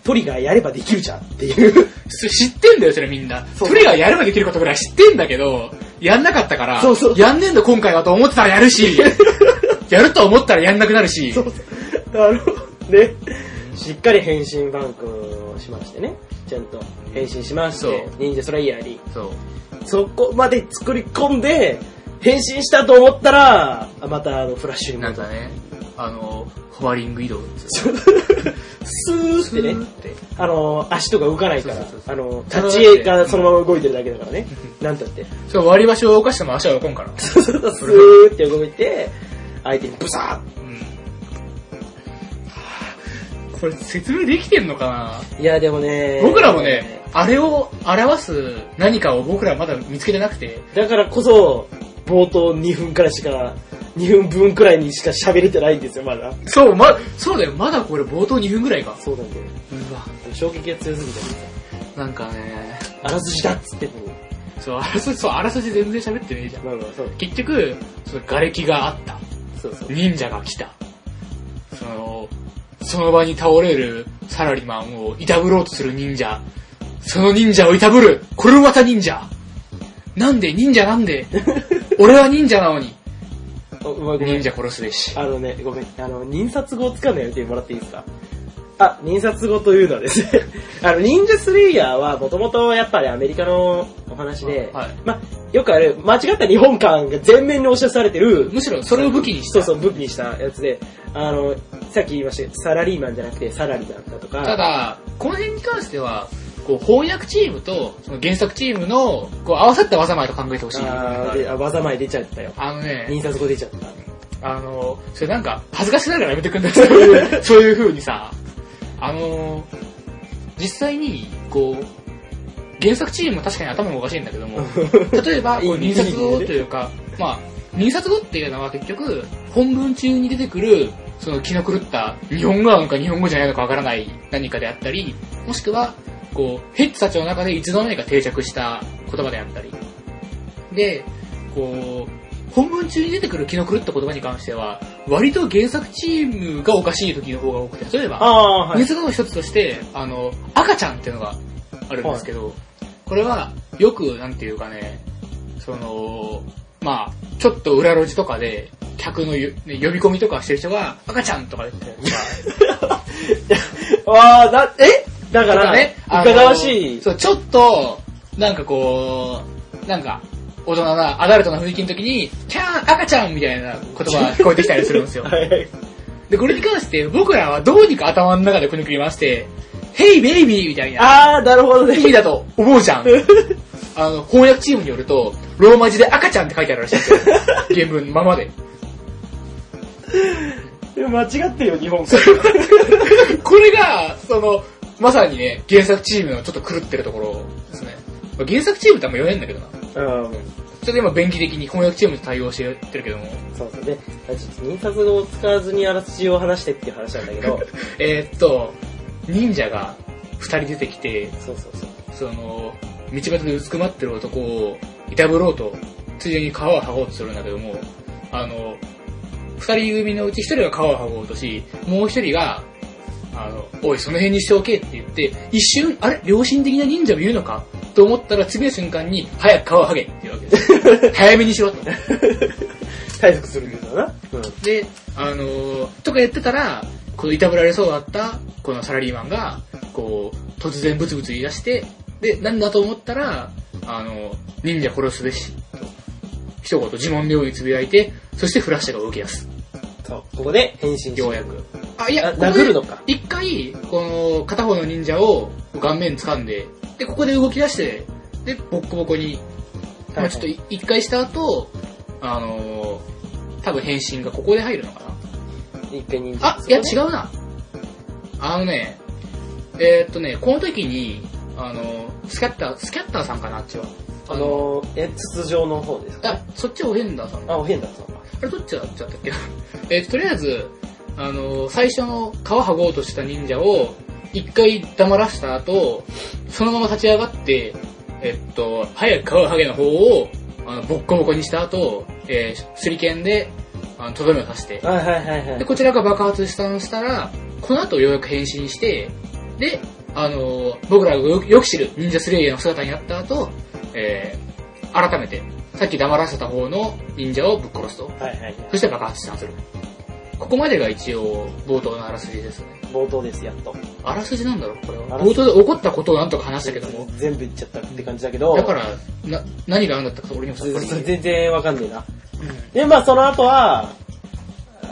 [SPEAKER 2] トリガーやればできるじゃんっていう。
[SPEAKER 1] そ知ってんだよ、それみんな。
[SPEAKER 2] そう
[SPEAKER 1] トリガーやればできることぐらい知ってんだけど、やんなかったから、
[SPEAKER 2] そうそう
[SPEAKER 1] やんねんの今回はと思ってたらやる
[SPEAKER 2] [LAUGHS]
[SPEAKER 1] し、やると思ったらやんなくなるし、
[SPEAKER 2] そうそう。あの、ね、しっかり変身バンクをしましてね、ちゃんと変身しまし
[SPEAKER 1] そう
[SPEAKER 2] て、忍者スレイヤーに。
[SPEAKER 1] そう
[SPEAKER 2] そこまで作り込んで、変身したと思ったら、あまたあの、フラッシュに
[SPEAKER 1] な
[SPEAKER 2] 戻
[SPEAKER 1] ん
[SPEAKER 2] った
[SPEAKER 1] かね、あの、ホワリング移動ですよ
[SPEAKER 2] スーってね
[SPEAKER 1] スーって
[SPEAKER 2] あの足とか動かないから
[SPEAKER 1] そうそうそ
[SPEAKER 2] あの立ち絵がそのまま動いてるだけだからねなんだって
[SPEAKER 1] そう、割り箸を動かしても足は動かんから。
[SPEAKER 2] スーって動いて相手にブサ
[SPEAKER 1] うん。これ説明できてんのかない
[SPEAKER 2] や、でもね。
[SPEAKER 1] 僕らもね、あれを表す何かを僕らまだ見つけてなくて、
[SPEAKER 2] だからこそ、冒頭2分からしか、2分分くらいにしか喋れてないんですよ、まだ。
[SPEAKER 1] そう、ま、そうだよ、まだこれ冒頭2分ぐらいか。
[SPEAKER 2] そうなんだよ。
[SPEAKER 1] うわ、
[SPEAKER 2] 衝撃が強すぎてさ、
[SPEAKER 1] なんかね、
[SPEAKER 2] あらすじだっつってんのに。
[SPEAKER 1] そう、あらすじ、そう、あらすじ全然喋ってねえじゃん。
[SPEAKER 2] まあまあ、そう。
[SPEAKER 1] 結局、その瓦礫があった。
[SPEAKER 2] そうそう。
[SPEAKER 1] 忍者が来た。その、その場に倒れるサラリーマンをいたぶろうとする忍者。その忍者をいたぶるこれもまた忍者なんで忍者なん
[SPEAKER 2] [LAUGHS]
[SPEAKER 1] で俺は忍者なのに
[SPEAKER 2] おうまいごめん
[SPEAKER 1] 忍者殺すべし。
[SPEAKER 2] あのね、ごめん。あの、忍殺語を使うのやめてもらっていいですかあ、忍殺語というのはですね、 [LAUGHS] あの、忍者スレイヤーはもともとやっぱりアメリカのお話で、
[SPEAKER 1] はい。
[SPEAKER 2] ま、よくある、間違った日本感が全面に押し出されてる、
[SPEAKER 1] むしろそれを武器にした。
[SPEAKER 2] そうそう、武器にしたやつで、あの、さっき言いましたけど、サラリーマンじゃなくてサラリーマンだとか、
[SPEAKER 1] ただ、この辺に関しては、こう翻訳チームとその原作チームのこう合わさった技前と考えてほしい。
[SPEAKER 2] あーであ技前出ちゃったよ。
[SPEAKER 1] あのね、
[SPEAKER 2] 印刷語出ちゃった。
[SPEAKER 1] あの、それなんか、恥ずかしながらやめてくんだよ、そういう、そういう風にさ、あの、実際に、こう、原作チームは確かに頭もおかしいんだけども、例えば、こう、
[SPEAKER 2] いい
[SPEAKER 1] 印刷語というか、まあ、印刷語っていうのは結局、本文中に出てくる、その気の狂った、日本語なのか日本語じゃないのかわからない何かであったり、もしくは、こう、ヘッズたちの中でいつの間にか定着した言葉であったり。で、こう、本文中に出てくる気の狂った言葉に関しては、割と原作チームがおかしい時の方が多くて、例えば、
[SPEAKER 2] あー、はい。
[SPEAKER 1] 水の一つとして、あの、赤ちゃんっていうのがあるんですけど、これはよく、なんていうかね、その、まあちょっと裏路地とかで、客のゆ、ね、呼び込みとかしてる人が、赤ちゃんとか言ってたりとか、
[SPEAKER 2] あー、だ、えだか、
[SPEAKER 1] とからね
[SPEAKER 2] ね、、
[SPEAKER 1] あの
[SPEAKER 2] いかがわしい。
[SPEAKER 1] そう、ちょっと、なんかこう、なんか、大人な、アダルトな雰囲気の時に、キャーン、赤ちゃんみたいな言葉が聞こえてきたりするんですよ。
[SPEAKER 2] [LAUGHS] はいはい。
[SPEAKER 1] で、これに関して、僕らはどうにか頭の中でくねくり回して、ヘイベイビーみたいな。
[SPEAKER 2] あー、なるほどね
[SPEAKER 1] 意。味だと思うじゃ
[SPEAKER 2] [LAUGHS]
[SPEAKER 1] ん。あの、翻訳チームによると、ローマ字で赤ちゃんって書いてあるらしいんですよ。
[SPEAKER 2] [LAUGHS]
[SPEAKER 1] 原文のままで。
[SPEAKER 2] 間違ってるよ、日本
[SPEAKER 1] これが、その、まさにね、原作チームのちょっと狂ってるところですね。まあ原作チームってあんま読めんだけどな。ち
[SPEAKER 2] うん。
[SPEAKER 1] ょっと今、便宜的に翻訳チームと対応してやってるけども。
[SPEAKER 2] そうそう。で、ちょっと印刷語を使わずにあらすじを話してっていう話なんだけ [LAUGHS] ど、
[SPEAKER 1] えーっと、忍者が二人出てきて、
[SPEAKER 2] そうそうそう。
[SPEAKER 1] その、道端でうつくまってる男をいたぶろうと、ついでに皮を剥ごうとするんだけども、あの、二人組のうち一人が皮を剥ごうとし、もう一人が、あの、おい、その辺にしておけって言って、一瞬、あれ良心的な忍者も言うのかと思ったら、次の瞬間に、早く皮を剥げって言うわけです。早めにしろと。
[SPEAKER 2] 対策するんだな。うん。
[SPEAKER 1] で、あのーとかやってたら、このいたぶられそうだった、このサラリーマンが、こう、突然ブツブツ言い出して、で、なんだと思ったら、あのー忍者殺すべし、と、一言呪文のように呟いて、そしてフラッシュが動き出す。
[SPEAKER 2] そう。ここで変身し
[SPEAKER 1] ようやく。あ、い
[SPEAKER 2] あ
[SPEAKER 1] や、ここで
[SPEAKER 2] 殴るのか。
[SPEAKER 1] 一回、この、片方の忍者を顔面掴んで、で、ここで動き出して、で、ボッコボコに、まあちょっと
[SPEAKER 2] はい
[SPEAKER 1] 一回した後、あのー多分変身がここで入るのかな
[SPEAKER 2] はい一回忍者
[SPEAKER 1] あ、いや違
[SPEAKER 2] う。
[SPEAKER 1] うな。あのね、えーっとね、この時に、あの、スキャッター、スキャッターさんかなあっちは。
[SPEAKER 2] あ、のー、え、筒状の方ですか
[SPEAKER 1] あ、そっちおへんださん。あ
[SPEAKER 2] あ、お変だ、そうか。
[SPEAKER 1] れどっちだっちゃったっけ [LAUGHS] えーっと、とりあえず、あの、最初の皮剥ごうとした忍者を、一回黙らした後、そのまま立ち上がって、えっと、早く皮剥げの方を、あの、ボッコボコにした後、えー、手裏剣で、あの、とどめを刺して、
[SPEAKER 2] はいはいはいは
[SPEAKER 1] で、
[SPEAKER 2] い。
[SPEAKER 1] こちらが爆発したのしたら、この後ようやく変身して、で、あのー僕らがよよく知る忍者スレイヤーの姿になった後、えー、改めて、さっき黙らせた方の忍者をぶっ殺すと。
[SPEAKER 2] はいはい。
[SPEAKER 1] そして爆発したする。ここまでが一応、冒頭のあらすじですね。
[SPEAKER 2] 冒頭です、やっと。
[SPEAKER 1] あらすじなんだろうこれ
[SPEAKER 2] あ
[SPEAKER 1] は。
[SPEAKER 2] らす
[SPEAKER 1] 冒
[SPEAKER 2] じ
[SPEAKER 1] 頭で起こったことをなんとか話したけども。
[SPEAKER 2] 全部言っちゃったって感じだけど、
[SPEAKER 1] だから、な、何があるんだったか俺にもさっぱり。
[SPEAKER 2] 全全然わかんねえな。で、まあその後は、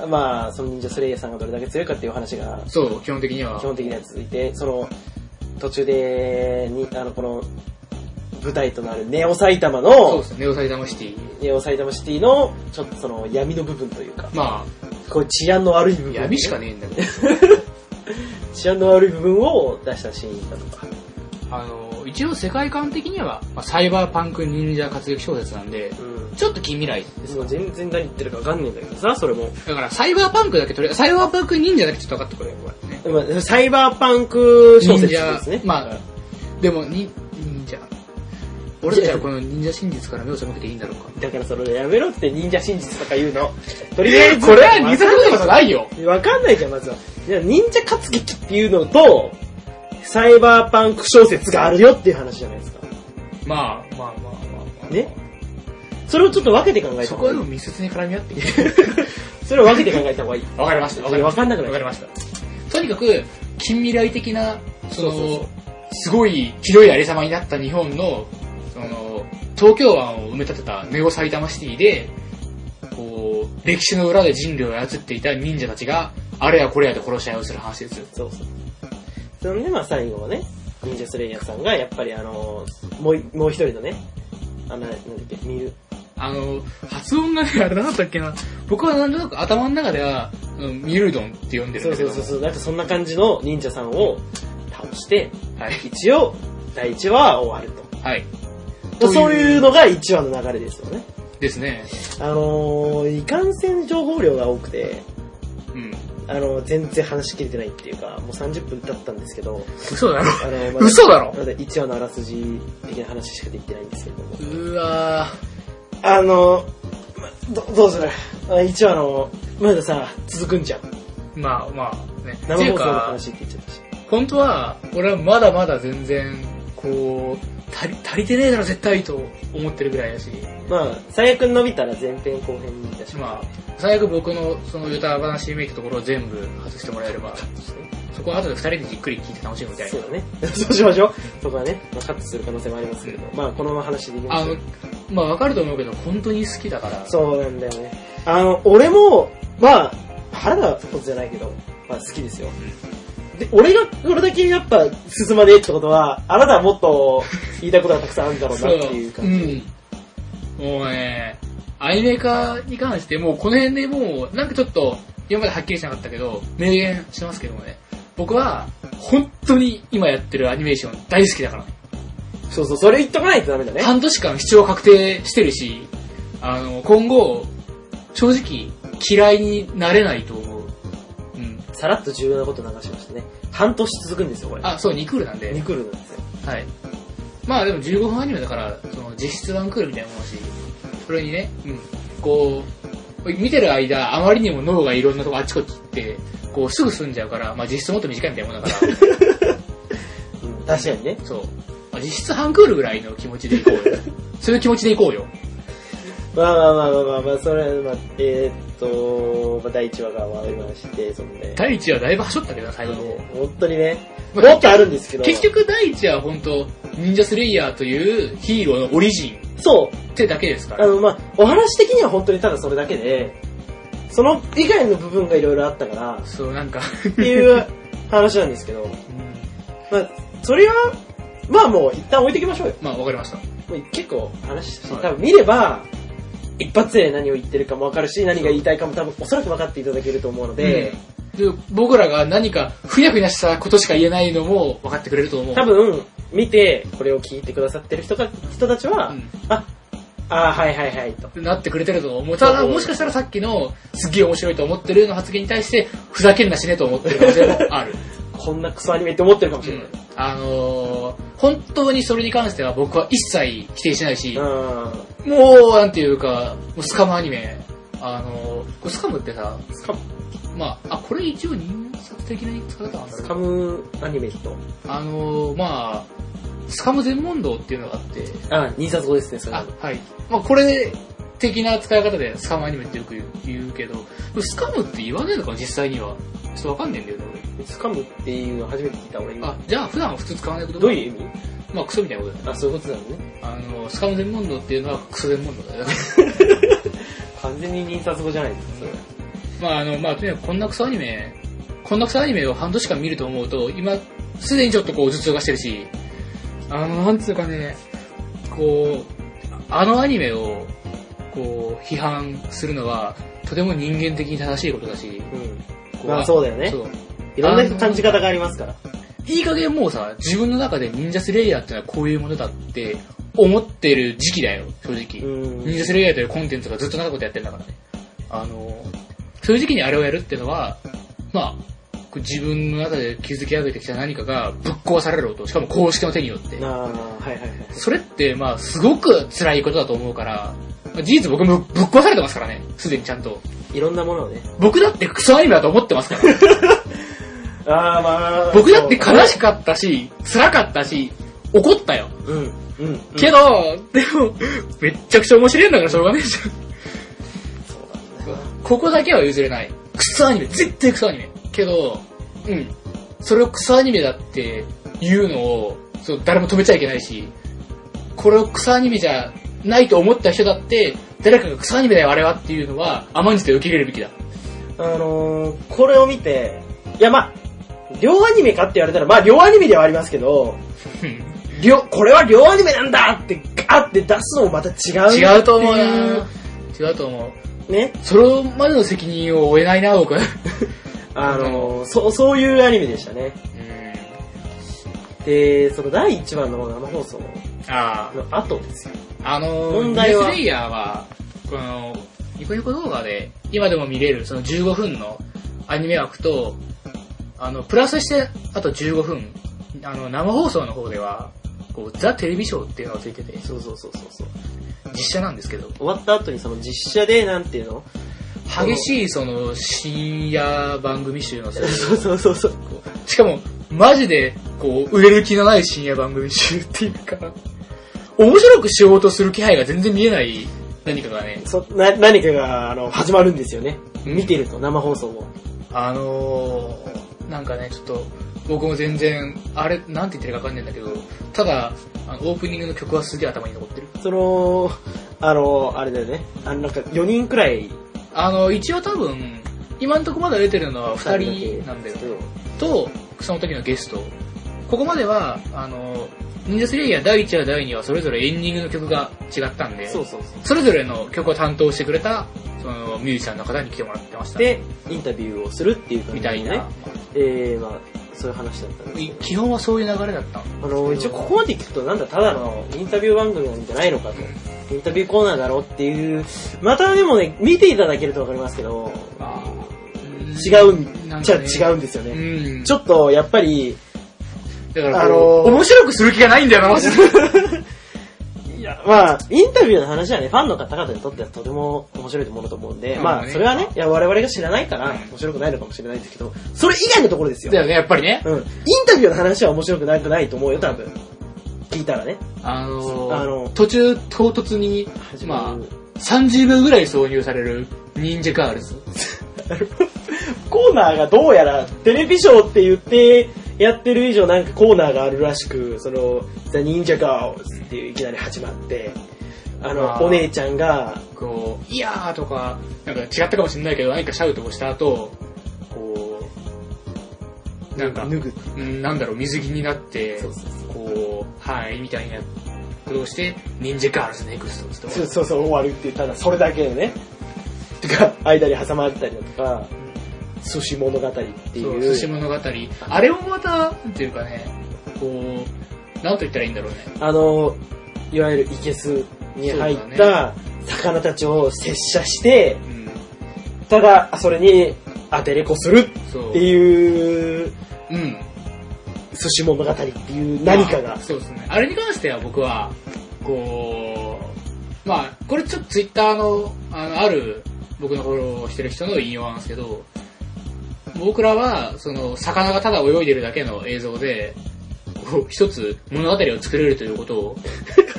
[SPEAKER 2] まあその忍者スレイヤーさんがどれだけ強いかっていう話が
[SPEAKER 1] そう、基本的には
[SPEAKER 2] 基。本的には続いて、その、途中で、に、あの、この、舞台となるネオ埼玉
[SPEAKER 1] そう
[SPEAKER 2] の
[SPEAKER 1] で、すね、ネオサイダムシティ。
[SPEAKER 2] ネオ埼玉シティの、ちょっとその闇の部分というか、
[SPEAKER 1] ま
[SPEAKER 2] こう治安の悪い
[SPEAKER 1] あ、
[SPEAKER 2] 部分。
[SPEAKER 1] 闇しかねえんだけど。
[SPEAKER 2] 治治安の悪い部分を出したシーンだとか。
[SPEAKER 1] あの、一応世界観的には、まあ、サイバーパンク忍者活劇小説なんで、
[SPEAKER 2] うん。
[SPEAKER 1] ちょっと近未来。
[SPEAKER 2] もう全然何言ってるかわかんねえんだけどさ、それも。
[SPEAKER 1] だから、サイバーパンクだけとりあえず、サイバーパンク忍者だけちょっと分かってくれよ、これね。
[SPEAKER 2] まあサイバーパンク小説です
[SPEAKER 1] 忍。
[SPEAKER 2] ね
[SPEAKER 1] 者まあ、でも、に、忍者。俺たちはこの忍者真実から目を背けていいんだろうか。
[SPEAKER 2] だからそれやめろって忍者真実とか言うの。とりあえず、
[SPEAKER 1] これは似たことことないよ。
[SPEAKER 2] わかんないじゃん、まずは。じゃあ忍者活劇っていうのと、サイバーパンク小説があるよっていう話じゃないですか。
[SPEAKER 1] まあ、まあまあまあまあ。
[SPEAKER 2] ねそれをちょっと分けて考えた
[SPEAKER 1] そ
[SPEAKER 2] 方
[SPEAKER 1] こ
[SPEAKER 2] が
[SPEAKER 1] はいでも
[SPEAKER 2] い。
[SPEAKER 1] 密接に絡み合ってきて。
[SPEAKER 2] それを分けて考えた方がいい。
[SPEAKER 1] わかりました。わかりま
[SPEAKER 2] わ
[SPEAKER 1] し
[SPEAKER 2] かんなく
[SPEAKER 1] た。
[SPEAKER 2] な
[SPEAKER 1] わか
[SPEAKER 2] っち
[SPEAKER 1] り
[SPEAKER 2] ゃう
[SPEAKER 1] ました。とにかく、近未来的な、その、
[SPEAKER 2] そうそうそう
[SPEAKER 1] すごい広いありさまになった日本の、その、東京湾を埋め立てたネオ埼玉シティで、こう、歴史の裏で人類を操っていた忍者たちが、あれやこれやで殺し合いをする話ですよ。
[SPEAKER 2] そうそう。そんで、まあ最後はね、忍者スレイヤーさんが、やっぱりあのーもうい、もう一人のね、あの、なんだっけ、見る。
[SPEAKER 1] あの、発音がね、あれなんだったっけな。僕はなんとなく頭の中では、あのミルドンって呼んでるん
[SPEAKER 2] そう
[SPEAKER 1] だけ
[SPEAKER 2] そ
[SPEAKER 1] ど
[SPEAKER 2] うそうそう、なんかそんな感じの忍者さんを倒して、
[SPEAKER 1] はい。
[SPEAKER 2] 一応、第1話は終わる
[SPEAKER 1] はい。
[SPEAKER 2] と。
[SPEAKER 1] と
[SPEAKER 2] そういうのが1話の流れですよね。
[SPEAKER 1] ですね。
[SPEAKER 2] あのー、いかんせん情報量が多くて、
[SPEAKER 1] うん。
[SPEAKER 2] あのー、全然話し切れてないっていうか、もう30分経ったんですけど、
[SPEAKER 1] 嘘だろ。
[SPEAKER 2] あのー、まだ
[SPEAKER 1] 嘘だろ
[SPEAKER 2] ま。だ1話のあらすじ的な話しかできてないんですけども。
[SPEAKER 1] うわぁ。
[SPEAKER 2] あの、まどどうするあ一応あの、まださ、続くんじゃん。
[SPEAKER 1] まあまあね。って
[SPEAKER 2] 生
[SPEAKER 1] いう
[SPEAKER 2] 放送の
[SPEAKER 1] か、
[SPEAKER 2] 話って言っちゃったし。
[SPEAKER 1] 本当は、俺はまだまだ全然、こう、足り、足りてねえだろ絶対と思ってるぐらいだし、
[SPEAKER 2] まあ、最悪伸びたら前編後編に出しま
[SPEAKER 1] まあ、最悪僕のその歌話めいたところを全部外してもらえれば、そこは後で二人でじっくり聞いて楽しむみたい
[SPEAKER 2] そ
[SPEAKER 1] な
[SPEAKER 2] う。だね。 [LAUGHS] そうしましょう。そこはね、まあ、カットする可能性もありますけど、まあ、このまま話でいきま
[SPEAKER 1] あ
[SPEAKER 2] しょ
[SPEAKER 1] の
[SPEAKER 2] う。、
[SPEAKER 1] まあわかると思うけど、本当に好きだから、
[SPEAKER 2] そうなんだよね。あの、俺も、まあ、原田ことじゃないけど、まあ好きですよ。で、俺が、これだけやっぱ進まねえってことは、あなたはもっと言いたいことがたくさんあるんだろうなっていう感じ。
[SPEAKER 1] うん。もうね、アニメ化に関して、もうこの辺でもう、なんかちょっと、今まではっきりしなかったけど、明言しますけどもね、僕は、本当に今やってるアニメーション大好きだから、
[SPEAKER 2] そうそう、それ言っとかないとダメだね。
[SPEAKER 1] 半年間視聴確定してるし、あの、今後、正直、嫌いになれないと思う。うん。
[SPEAKER 2] さらっと重要なこと流しましたね。半年続くんですよ、これ。
[SPEAKER 1] あ、そう、2クールなんで
[SPEAKER 2] 2。クールなんですよ。
[SPEAKER 1] はい。まあでも15分アニメだから、その実質ワンクールみたいなもんだし、それにね、うん、こう、見てる間、あまりにも脳がいろんなとこあっちこっち行って、こうすぐ済んじゃうから、まあ実質もっと短いみたいなもんだから、
[SPEAKER 2] うん、確かに [LAUGHS] ね。
[SPEAKER 1] そう。まあ、実質半クールぐらいの気持ちでいこう
[SPEAKER 2] [LAUGHS]
[SPEAKER 1] よ。そういう気持ちでいこうよ。
[SPEAKER 2] まあまあまあまあまあ、まあ、それは、まあ、えーっと、まあ、第1話が終わりまして、そんで。
[SPEAKER 1] 第1話だいぶはしょったけどな、最後の方。
[SPEAKER 2] 本当にね、
[SPEAKER 1] まあ
[SPEAKER 2] もっとあるんですけど。
[SPEAKER 1] 結局第1話は本当忍者スレイヤーというヒーローのオリジン
[SPEAKER 2] そう、
[SPEAKER 1] ってだけですか
[SPEAKER 2] あ
[SPEAKER 1] ら。
[SPEAKER 2] の、まあ、お話的には本当にただそれだけで、その以外の部分がいろいろあったから、
[SPEAKER 1] そう、なんか、
[SPEAKER 2] っていう話なんです
[SPEAKER 1] [LAUGHS]
[SPEAKER 2] けど、
[SPEAKER 1] うん
[SPEAKER 2] まあ、それは、まあもう一旦置いていきましょうよ。
[SPEAKER 1] まあわかりました。
[SPEAKER 2] もう結構話して、
[SPEAKER 1] はい
[SPEAKER 2] 多分見れば、一発で何を言ってるかもわかるし、何が言いたいかも多分おそらく分かっていただけると思うので、
[SPEAKER 1] うんで僕らが何かふやふやしたことしか言えないのも分かってくれると思う。
[SPEAKER 2] 多分、見て、これを聞いてくださってる人か人たちは、あ、あーはいはいはいと。
[SPEAKER 1] うんなってくれてると思う。ただ、もしかしたらさっきのすっげえ面白いと思ってるの発言に対して、ふざけんなしねと思ってる可能性もあ
[SPEAKER 2] [LAUGHS]
[SPEAKER 1] る。
[SPEAKER 2] こんなクソアニメって思ってるかもしれない。
[SPEAKER 1] あのー、本当にそれに関しては僕は一切否定しないし
[SPEAKER 2] う、ん。
[SPEAKER 1] もう、なんていうか、もうスカムアニメ、あのー、これスカムってさ、
[SPEAKER 2] スカム、
[SPEAKER 1] まあ、あ、これ一応人作的な言い方なんだ
[SPEAKER 2] スカムアニメと。
[SPEAKER 1] あのー、まあ、スカム全問答っていうのがあって、
[SPEAKER 2] あ、2冊後ですね、それ
[SPEAKER 1] あ、はい。まあ、これ的な使い方でスカムアニメってよく言うけど、スカムって言わねえのか、実際には。ちょっとわかんねえんだよね、
[SPEAKER 2] スカムっていうの初めて聞いた俺
[SPEAKER 1] 俺。
[SPEAKER 2] 今
[SPEAKER 1] あ。、じゃあ普段は普通使わないこと
[SPEAKER 2] どういう意味
[SPEAKER 1] まあ、クソみたいなことだよ。
[SPEAKER 2] あ、そういうことなのね。
[SPEAKER 1] あの、スカム全問答っていうのはクソ全問答だよ。 [LAUGHS]
[SPEAKER 2] 完全に2冊後じゃないですか、それ。
[SPEAKER 1] まあ、あの、まあ、とにかくこんなクソアニメ、こんなクソアニメを半年間見ると思うと、今、すでにちょっとこう、頭痛がしてるし、あの、なんつうかね、こう、あのアニメを、こう、批判するのは、とても人間的に正しいことだし、
[SPEAKER 2] うん。
[SPEAKER 1] こ
[SPEAKER 2] まあそうだよね
[SPEAKER 1] そう。
[SPEAKER 2] いろんな感じ方がありますから。
[SPEAKER 1] いい加減もうさ、自分の中で忍者スレイヤーってのはこういうものだって思ってる時期だよ、正直。
[SPEAKER 2] うん
[SPEAKER 1] 忍者スレイヤーというコンテンツがずっと長いことやってんだからね。あの、そういう時期にあれをやるってのは、まあ、こう自分の中で築き上げてきた何かがぶっ壊される音、しかも公式の手によって
[SPEAKER 2] あ。あ、はいはいはい。
[SPEAKER 1] それって、まあ、すごく辛いことだと思うから、まあ事実僕もぶっ壊されてますからね、すでにちゃんと。
[SPEAKER 2] いろんなものをね。
[SPEAKER 1] 僕だってクソアニメだと思ってますから。
[SPEAKER 2] ああまあ。
[SPEAKER 1] 僕だって悲しかったし、辛かったし、怒ったよ。
[SPEAKER 2] うん。うん。うん
[SPEAKER 1] けど、でも、めっちゃくちゃ面白いんだからしょうがねえじ
[SPEAKER 2] そう
[SPEAKER 1] ゃ
[SPEAKER 2] だね
[SPEAKER 1] ん。ここだけは譲れない。クソアニメ、絶対クソアニメ。けど、うん。それをクソアニメだって言うのを、そう誰も止めちゃいけないし、これをクソアニメじゃないと思った人だって、誰かがクソアニメだよあれはっていうのは甘んじて受け入れるべきだ。
[SPEAKER 2] あのー、これを見て、いやまあ、両アニメかって言われたら、まあ両アニメではありますけど、
[SPEAKER 1] うん
[SPEAKER 2] 両、これは両アニメなんだってガーって出すのもまた違う。
[SPEAKER 1] 違うと思う
[SPEAKER 2] ってい
[SPEAKER 1] な違うと思う。
[SPEAKER 2] うね。
[SPEAKER 1] それまでの責任を負えないな、僕。
[SPEAKER 2] あのー、そう、そういうアニメでしたね。で、その第1話の生放送
[SPEAKER 1] あ
[SPEAKER 2] の後ですよ。
[SPEAKER 1] あ、あのー、
[SPEAKER 2] 問題は
[SPEAKER 1] ニュースレイヤーは、この、ニコニコ動画で、今でも見れる、その15分のアニメ枠と、あの、プラスして、あと15分、あの、生放送の方では、こう、ザ・テレビショーっていうのがついてて、
[SPEAKER 2] そうそうそうそうそう。
[SPEAKER 1] 実写なんですけど、
[SPEAKER 2] 終わった後にその実写で、なんていうの
[SPEAKER 1] 激しい、その、深夜番組
[SPEAKER 2] [LAUGHS]
[SPEAKER 1] 集の、
[SPEAKER 2] [LAUGHS] そうそうそうそう。
[SPEAKER 1] しかも、マジで、こう、売れる気のない深夜番組中っていうか、面白くしようとする気配が全然見えない何かがね、
[SPEAKER 2] そな何かがあの始まるんですよね。見てると、生放送を。
[SPEAKER 1] あのー、なんかね、ちょっと、僕も全然、あれ、なんて言ってるかわかんないんだけど、ただ、あのオープニングの曲はすげえ頭に残ってる。
[SPEAKER 2] その、あの、あれだよね。あの、なんか4人くらい。
[SPEAKER 1] あの、一応多分、今んとこまだ出てるのは2人なんだよ。と、その時のゲスト。ここまでは、あの、忍者スレイヤー第1話第2話それぞれエンディングの曲が違ったんで、
[SPEAKER 2] そうそうそ
[SPEAKER 1] それぞれの曲を担当してくれた、その、ミュージシャンの方に来てもらってまし
[SPEAKER 2] う。
[SPEAKER 1] た。
[SPEAKER 2] で、インタビューをするっていう感
[SPEAKER 1] み
[SPEAKER 2] じ
[SPEAKER 1] たい
[SPEAKER 2] でね
[SPEAKER 1] な。。
[SPEAKER 2] えー、まあ、そういう話だったんです
[SPEAKER 1] い
[SPEAKER 2] けど。
[SPEAKER 1] 基本はそういう流れだった
[SPEAKER 2] あの、一応ここまで聞くとなんだただのインタビュー番組なんじゃないのかと。インタビューコーナーだろうっていう。またでもね、見ていただけるとわかりますけど、違うん、じゃ違うんですよ
[SPEAKER 1] う
[SPEAKER 2] ね。
[SPEAKER 1] ん。うん。
[SPEAKER 2] ちょっと、やっぱり、
[SPEAKER 1] だから、あ
[SPEAKER 2] あ
[SPEAKER 1] の
[SPEAKER 2] の
[SPEAKER 1] 面白くする気がないんだよな、マジで。
[SPEAKER 2] [LAUGHS] いや、まあ、インタビューの話はね、ファンの方々にとってはとても面白いものと思うんで、
[SPEAKER 1] うん
[SPEAKER 2] まあ、それはね、いや、我々が知らないか
[SPEAKER 1] う
[SPEAKER 2] ら
[SPEAKER 1] ん、
[SPEAKER 2] 面白くないのかもしれないですけど、それ以外のところですよ。
[SPEAKER 1] だよね、やっぱりね。
[SPEAKER 2] うん。インタビューの話は面白くなくないと思うよ、多分。聞いたらね。
[SPEAKER 1] あの
[SPEAKER 2] あの
[SPEAKER 1] 途中、唐突に、まあ、30秒ぐらい挿入される、忍者ガールズ。
[SPEAKER 2] コーナーがどうやら、テレビショーって言って、やってる以上なんかコーナーがあるらしく、その、ザ・忍者ガールズっていういきなり始まって、あ
[SPEAKER 1] あー
[SPEAKER 2] の、お姉ちゃんが、
[SPEAKER 1] こう、いやーとか、なんか違ったかもしれないけど、何かシャウトをした後、こう、なんか、
[SPEAKER 2] 脱ぐ。
[SPEAKER 1] うん、なんだろう、水着になって、
[SPEAKER 2] そうそうそう
[SPEAKER 1] こう、はい、みたいなことをして、忍者ガールズネクストっつって
[SPEAKER 2] そうそうそう、終わるっていう、ただそれだけのね。とか、間に挟まったりだとか、寿司物語ってい。
[SPEAKER 1] そうう寿司物語。あれもまた、なんていうかね、こう、なんと言ったらいいんだろうね。
[SPEAKER 2] あの、いわゆるイケスに入
[SPEAKER 1] そう
[SPEAKER 2] っ
[SPEAKER 1] だ
[SPEAKER 2] た魚たちを接写して、
[SPEAKER 1] うん。
[SPEAKER 2] ただ、それに当てれこする
[SPEAKER 1] そう。
[SPEAKER 2] っていう、
[SPEAKER 1] うん。
[SPEAKER 2] 寿司物語っていう何か
[SPEAKER 1] まあ
[SPEAKER 2] が。
[SPEAKER 1] そうですね。あれに関しては僕は、こう、まあ、これちょっとツイッターの、あの、ある、僕のフォローしてる人の引用なんですけど、僕らは、その、魚がただ泳いでるだけの映像で、こう一つ物語を作れるということを、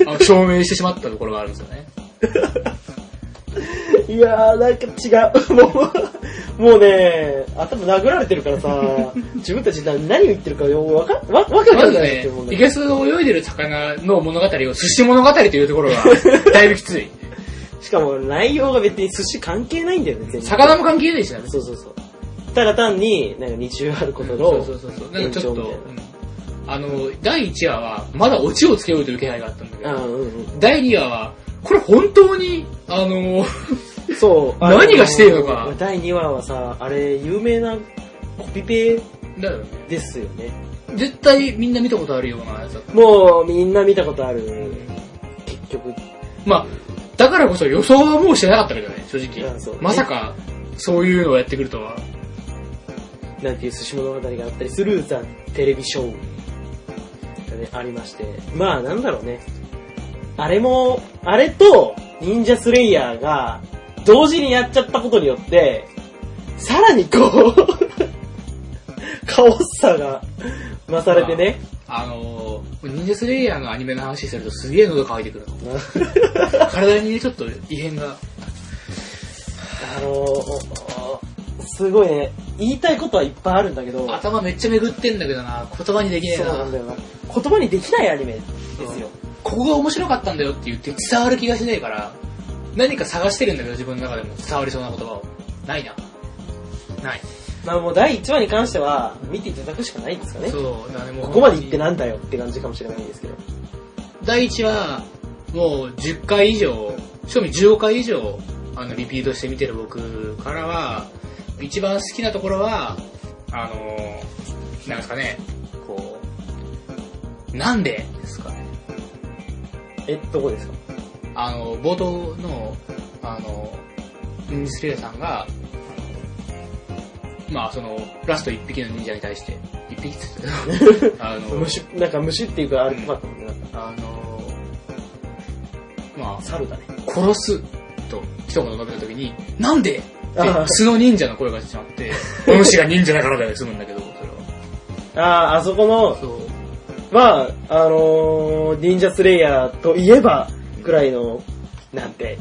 [SPEAKER 1] あ
[SPEAKER 2] [LAUGHS]
[SPEAKER 1] の証明してしまったところがあるんですよね。
[SPEAKER 2] [LAUGHS] いやー、なんか違う。 [LAUGHS] もう、もうね、頭殴られてるか
[SPEAKER 1] [LAUGHS]
[SPEAKER 2] らさ、自分たち何言ってるかよ、わか、わ、わかんな
[SPEAKER 1] ま
[SPEAKER 2] いん
[SPEAKER 1] ず
[SPEAKER 2] だよ
[SPEAKER 1] ね
[SPEAKER 2] って思うん、だ
[SPEAKER 1] イ
[SPEAKER 2] けど
[SPEAKER 1] ケスの泳いでる魚の物語を寿司物語というところが、だいぶき
[SPEAKER 2] [LAUGHS]
[SPEAKER 1] つい。
[SPEAKER 2] しかも内容が別に寿司関係ないんだよね、全然
[SPEAKER 1] 魚も関係ないしな、別に
[SPEAKER 2] そうそうそう。ただ単に、なんか日中あることの、
[SPEAKER 1] そうそうそうそうなんかちょっと、
[SPEAKER 2] 延長
[SPEAKER 1] うんあの第1話はまだオチをつけようという気配があったんだけ
[SPEAKER 2] う
[SPEAKER 1] ど、
[SPEAKER 2] んうん
[SPEAKER 1] 第2話はこれ本当にあの
[SPEAKER 2] うん。そう。
[SPEAKER 1] 何がしてんのか
[SPEAKER 2] あ第2話はさ、あれ、有名なコピペ
[SPEAKER 1] だよね。
[SPEAKER 2] ですよね。
[SPEAKER 1] 絶対みんな見たことあるようなやつだった。
[SPEAKER 2] もうみんな見たことある。結局、
[SPEAKER 1] まあ、だからこそ予想はもうしてなかったけどね、正直。
[SPEAKER 2] うんそうね
[SPEAKER 1] まさか、そういうのをやってくるとは。
[SPEAKER 2] なんていう寿司物語があったりするザ・テレビショーがね、ありまして。まあなんだろうね。あれも、あれと忍者スレイヤーが同時にやっちゃったことによって、さらにこう、 [LAUGHS] カオスさが増されてね。
[SPEAKER 1] あのー、忍者スレイヤーのアニメの話するとすげえ喉乾いてくるの。
[SPEAKER 2] [LAUGHS]
[SPEAKER 1] 体にね、ちょっと異変が。
[SPEAKER 2] あのすごいね、言いたいことはいっぱいあるんだけど、
[SPEAKER 1] 頭めっちゃ巡ってんだけどな、言葉にできねえ
[SPEAKER 2] そうなんだ
[SPEAKER 1] な。
[SPEAKER 2] よな。言葉にできないアニメですよ。
[SPEAKER 1] ここが面白かったんだよって言って伝わる気がしねえから、何か探してるんだけど、自分の中でも伝わりそうな言葉を。ないな。ない。
[SPEAKER 2] まあもう第1話に関しては、見ていただくしかないんですかね。
[SPEAKER 1] そう、だからね、もう。
[SPEAKER 2] ここまで行ってなんだよって感じかもしれないんですけど。
[SPEAKER 1] 第1話、もう10回以上、しかも15回以上、あの、リピートして見てる僕からは、一番好きなところは、あの、なんですかね、こう、なんでですかね。
[SPEAKER 2] え、どこですか
[SPEAKER 1] あの、冒頭の、あの、ミスレイさんが、あのまあその、ラスト1匹の忍者に対して、1匹っつって
[SPEAKER 2] [LAUGHS]
[SPEAKER 1] たあの、
[SPEAKER 2] 虫、なんか虫っていうかあれっぽかったもんね。なんか
[SPEAKER 1] あの、まあ
[SPEAKER 2] 猿だね。
[SPEAKER 1] 殺すと一言述べた時に、なんでって
[SPEAKER 2] あー
[SPEAKER 1] 素の忍者の声がしてしま
[SPEAKER 2] [LAUGHS]
[SPEAKER 1] って、お主が忍者だからだよ、済むんだけど、それは。
[SPEAKER 2] あー、あそこの、
[SPEAKER 1] そう。
[SPEAKER 2] まあ、あのー、忍者スレイヤーといえば、くらいの、なんて、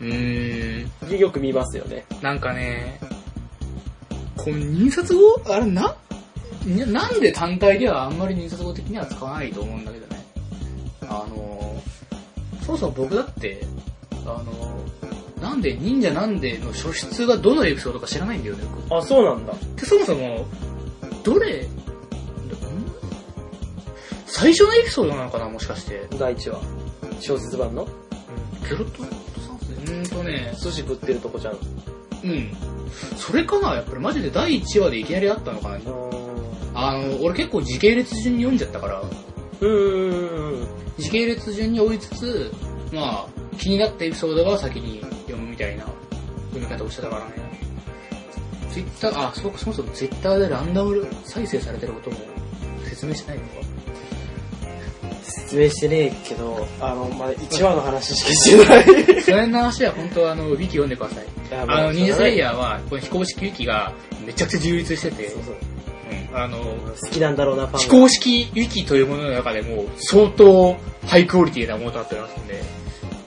[SPEAKER 1] うーん、
[SPEAKER 2] よく見ますよね。
[SPEAKER 1] なんかね、この忍殺語あれな、になんで単体ではあんまり忍殺語的には使わないと思うんだけどね。あの、そもそも僕だって、あの、なんで忍者なんでの初出がどのエピソードか知らないんだよね、僕。
[SPEAKER 2] あ、そうなんだ。
[SPEAKER 1] で、そもそも、どれ、ん最初のエピソードなのかな、もしかして。
[SPEAKER 2] 第1話。小説版の
[SPEAKER 1] ギョロッとサンスうーんとね、
[SPEAKER 2] 寿司食ってるとこじゃん。う
[SPEAKER 1] うん。それかな、やっぱりマジで第1話でいきなりあったのかな。
[SPEAKER 2] ー
[SPEAKER 1] あの、俺結構時系列順に読んじゃったから、
[SPEAKER 2] ん。
[SPEAKER 1] 時系列順に追いつつ、まあ、気になったエピソードは先に読むみたいな読み方をしてたからね。ツイッター、あ、そうか、そもそもツイッターでランダム再生されてることも説明してないのか。
[SPEAKER 2] 説明してねえけど、あの、まだ1話の話しかしてない。
[SPEAKER 1] それの話は本当はあの、ウィキ読んでください。あの、忍者スレイヤーは、この非公式ウィキがめちゃくちゃ充実してて、
[SPEAKER 2] そうそう
[SPEAKER 1] うんあの、
[SPEAKER 2] 好きなんだろうな、ファンは
[SPEAKER 1] 非公式ウィキというものの中でも相当ハイクオリティなものとなっておりますんで、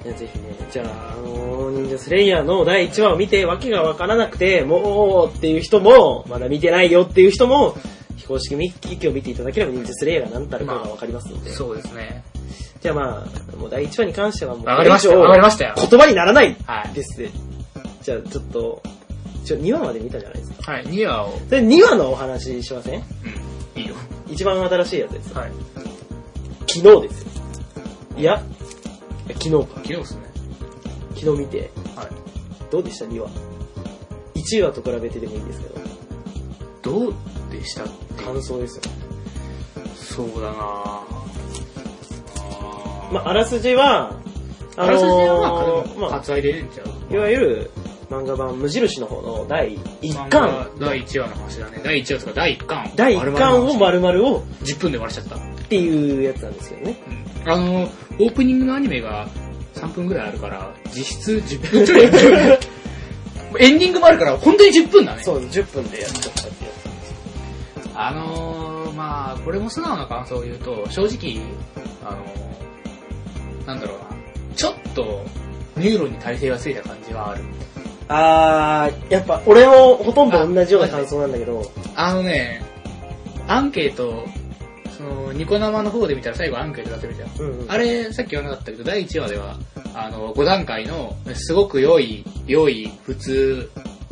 [SPEAKER 2] いやぜひね、じゃあ、あのー、忍者スレイヤーの第1話を見て、わけがわからなくて、もうっていう人も、まだ見てないよっていう人も、非公式ミッキー機を見ていただければ忍者スレイヤーが何たるかがわかりますので。
[SPEAKER 1] そうですね。
[SPEAKER 2] じゃあまあ、もう第1話に関してはもう、
[SPEAKER 1] わかりました
[SPEAKER 2] こ
[SPEAKER 1] よ。
[SPEAKER 2] れ以上
[SPEAKER 1] わかりましたよ。
[SPEAKER 2] 言葉にならない
[SPEAKER 1] はい。
[SPEAKER 2] ですね。じゃあちょっと、ちょ、2話まで見たじゃないですか。
[SPEAKER 1] はい、ニアを、
[SPEAKER 2] それ2話のお話しません
[SPEAKER 1] うん、いいよ。
[SPEAKER 2] 一番新しいやつです。
[SPEAKER 1] はい。
[SPEAKER 2] 昨日ですよ。いや、いや昨日か。
[SPEAKER 1] 昨日ですね。
[SPEAKER 2] 昨日見て、
[SPEAKER 1] はい。
[SPEAKER 2] どうでした ?2 話。1話と比べてでもいいんですけど。
[SPEAKER 1] どうでしたって
[SPEAKER 2] 感想ですよ。
[SPEAKER 1] そうだなぁ。
[SPEAKER 2] まあ、あらすじは、
[SPEAKER 1] あらすじは、
[SPEAKER 2] あのー
[SPEAKER 1] まあ、
[SPEAKER 2] ま
[SPEAKER 1] 割愛でええんちゃ
[SPEAKER 2] あ、
[SPEAKER 1] う
[SPEAKER 2] いわゆる漫画版無印の方の第1
[SPEAKER 1] 漫
[SPEAKER 2] 巻、
[SPEAKER 1] 画第1話の話だね。第1話とか第1巻。
[SPEAKER 2] 第1巻を丸々を
[SPEAKER 1] 10分で終わらしちゃった。
[SPEAKER 2] っていうやつなんですけどね。
[SPEAKER 1] あの、オープニングのアニメが3分ぐらいあるから、実質10分ちょ [LAUGHS] い。エンディングもあるから、本当に10分だね。
[SPEAKER 2] そう、10分でやっちゃったってやつ。
[SPEAKER 1] あのー、まあこれも素直な感想を言うと、正直、あのー、なんだろうな、ちょっと、ニューロンに耐性がついた感じはある。
[SPEAKER 2] あー、やっぱ俺もほとんど同じような感想なんだけど、
[SPEAKER 1] あのね、アンケート、その、ニコ生の方で見たら最後アンケート出せるじゃん。
[SPEAKER 2] うんうん
[SPEAKER 1] あれ、さっき言わなかったけど、第1話では、あの、5段階の、すごく良い、良い、普通、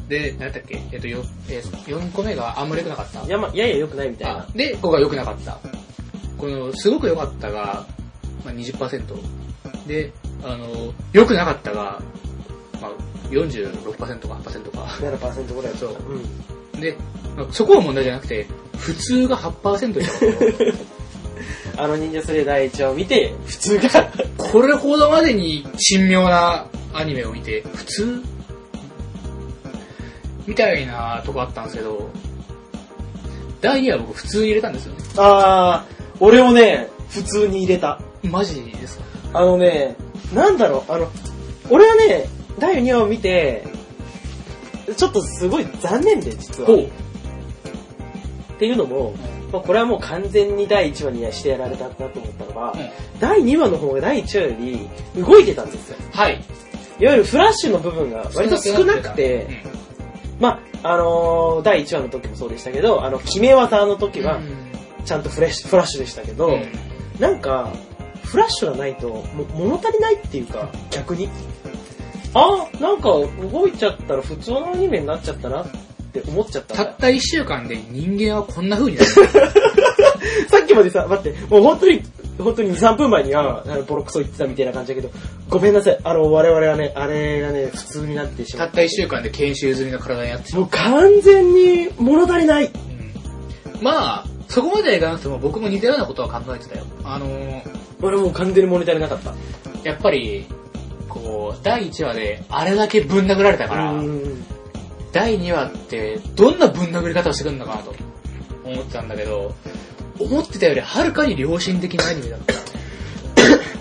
[SPEAKER 1] で、何だっけえっと、よ、え4個目があんまり良くなかった。
[SPEAKER 2] いやま、やや良くないみたいな
[SPEAKER 1] あ。で、5が良くなかった。この、すごく良かったが、まあ、20%。で、あの、良くなかったが、まあ、46%か8%か。
[SPEAKER 2] 7%ぐらいだった
[SPEAKER 1] そう
[SPEAKER 2] うん。
[SPEAKER 1] で、そこは問題じゃなくて、普通が8%じゃ
[SPEAKER 2] [LAUGHS]
[SPEAKER 1] ん。
[SPEAKER 2] あの忍者スレイ第1話を見て、普通が、
[SPEAKER 1] これほどまでに珍妙なアニメを見て、普通みたいなとこあったんですけど、第2話僕普通に入れたんですよね。
[SPEAKER 2] あー、俺をね、普通に入れた。
[SPEAKER 1] マジですか
[SPEAKER 2] あのね、なんだろう、あの、俺はね、第2話を見て、ちょっとすごい残念で、実は。っていうのも、まあ、これはもう完全に第1話にしてやられたなと思ったのが、
[SPEAKER 1] うん
[SPEAKER 2] 第2話の方が第1話より動いてたんですよ。
[SPEAKER 1] はい。
[SPEAKER 2] いわゆるフラッシュの部分が割と少なくて、まあ、あのー第1話の時もそうでしたけど、あの、決め技の時
[SPEAKER 1] うん、
[SPEAKER 2] は
[SPEAKER 1] う、ん
[SPEAKER 2] ちゃんとフレッシュ、フラッシュでしたけど、
[SPEAKER 1] うん
[SPEAKER 2] なんか、フラッシュがないと、も物足りないっていうか、逆に。あ、なんか動いちゃったら普通のアニメになっちゃったなって思っちゃったん
[SPEAKER 1] た
[SPEAKER 2] だ
[SPEAKER 1] った1週間で人間はこんな風にな
[SPEAKER 2] [LAUGHS]
[SPEAKER 1] る。
[SPEAKER 2] さっきまでさ、待って、もう本当に、本当に2、3分前には、あのボロクソ言ってたみたいな感じだけど、ごめんなさい、あの、我々はね、あれがね、普通になってしたまっ
[SPEAKER 1] った1週間で研修済みの体になってしま
[SPEAKER 2] もう完全に物足りない。
[SPEAKER 1] ううんまあ、そこまではいかなくても僕も似たようなことは考えてたよ。あのー、
[SPEAKER 2] 俺もう完全に物足りなかった。
[SPEAKER 1] やっぱり、こう、第1話であれだけぶん殴られたから、
[SPEAKER 2] うん
[SPEAKER 1] 第2話ってどんなぶん殴り方をしてくるのかなと思ってたんだけど、思ってたよりはるかに良心的なアニメだった。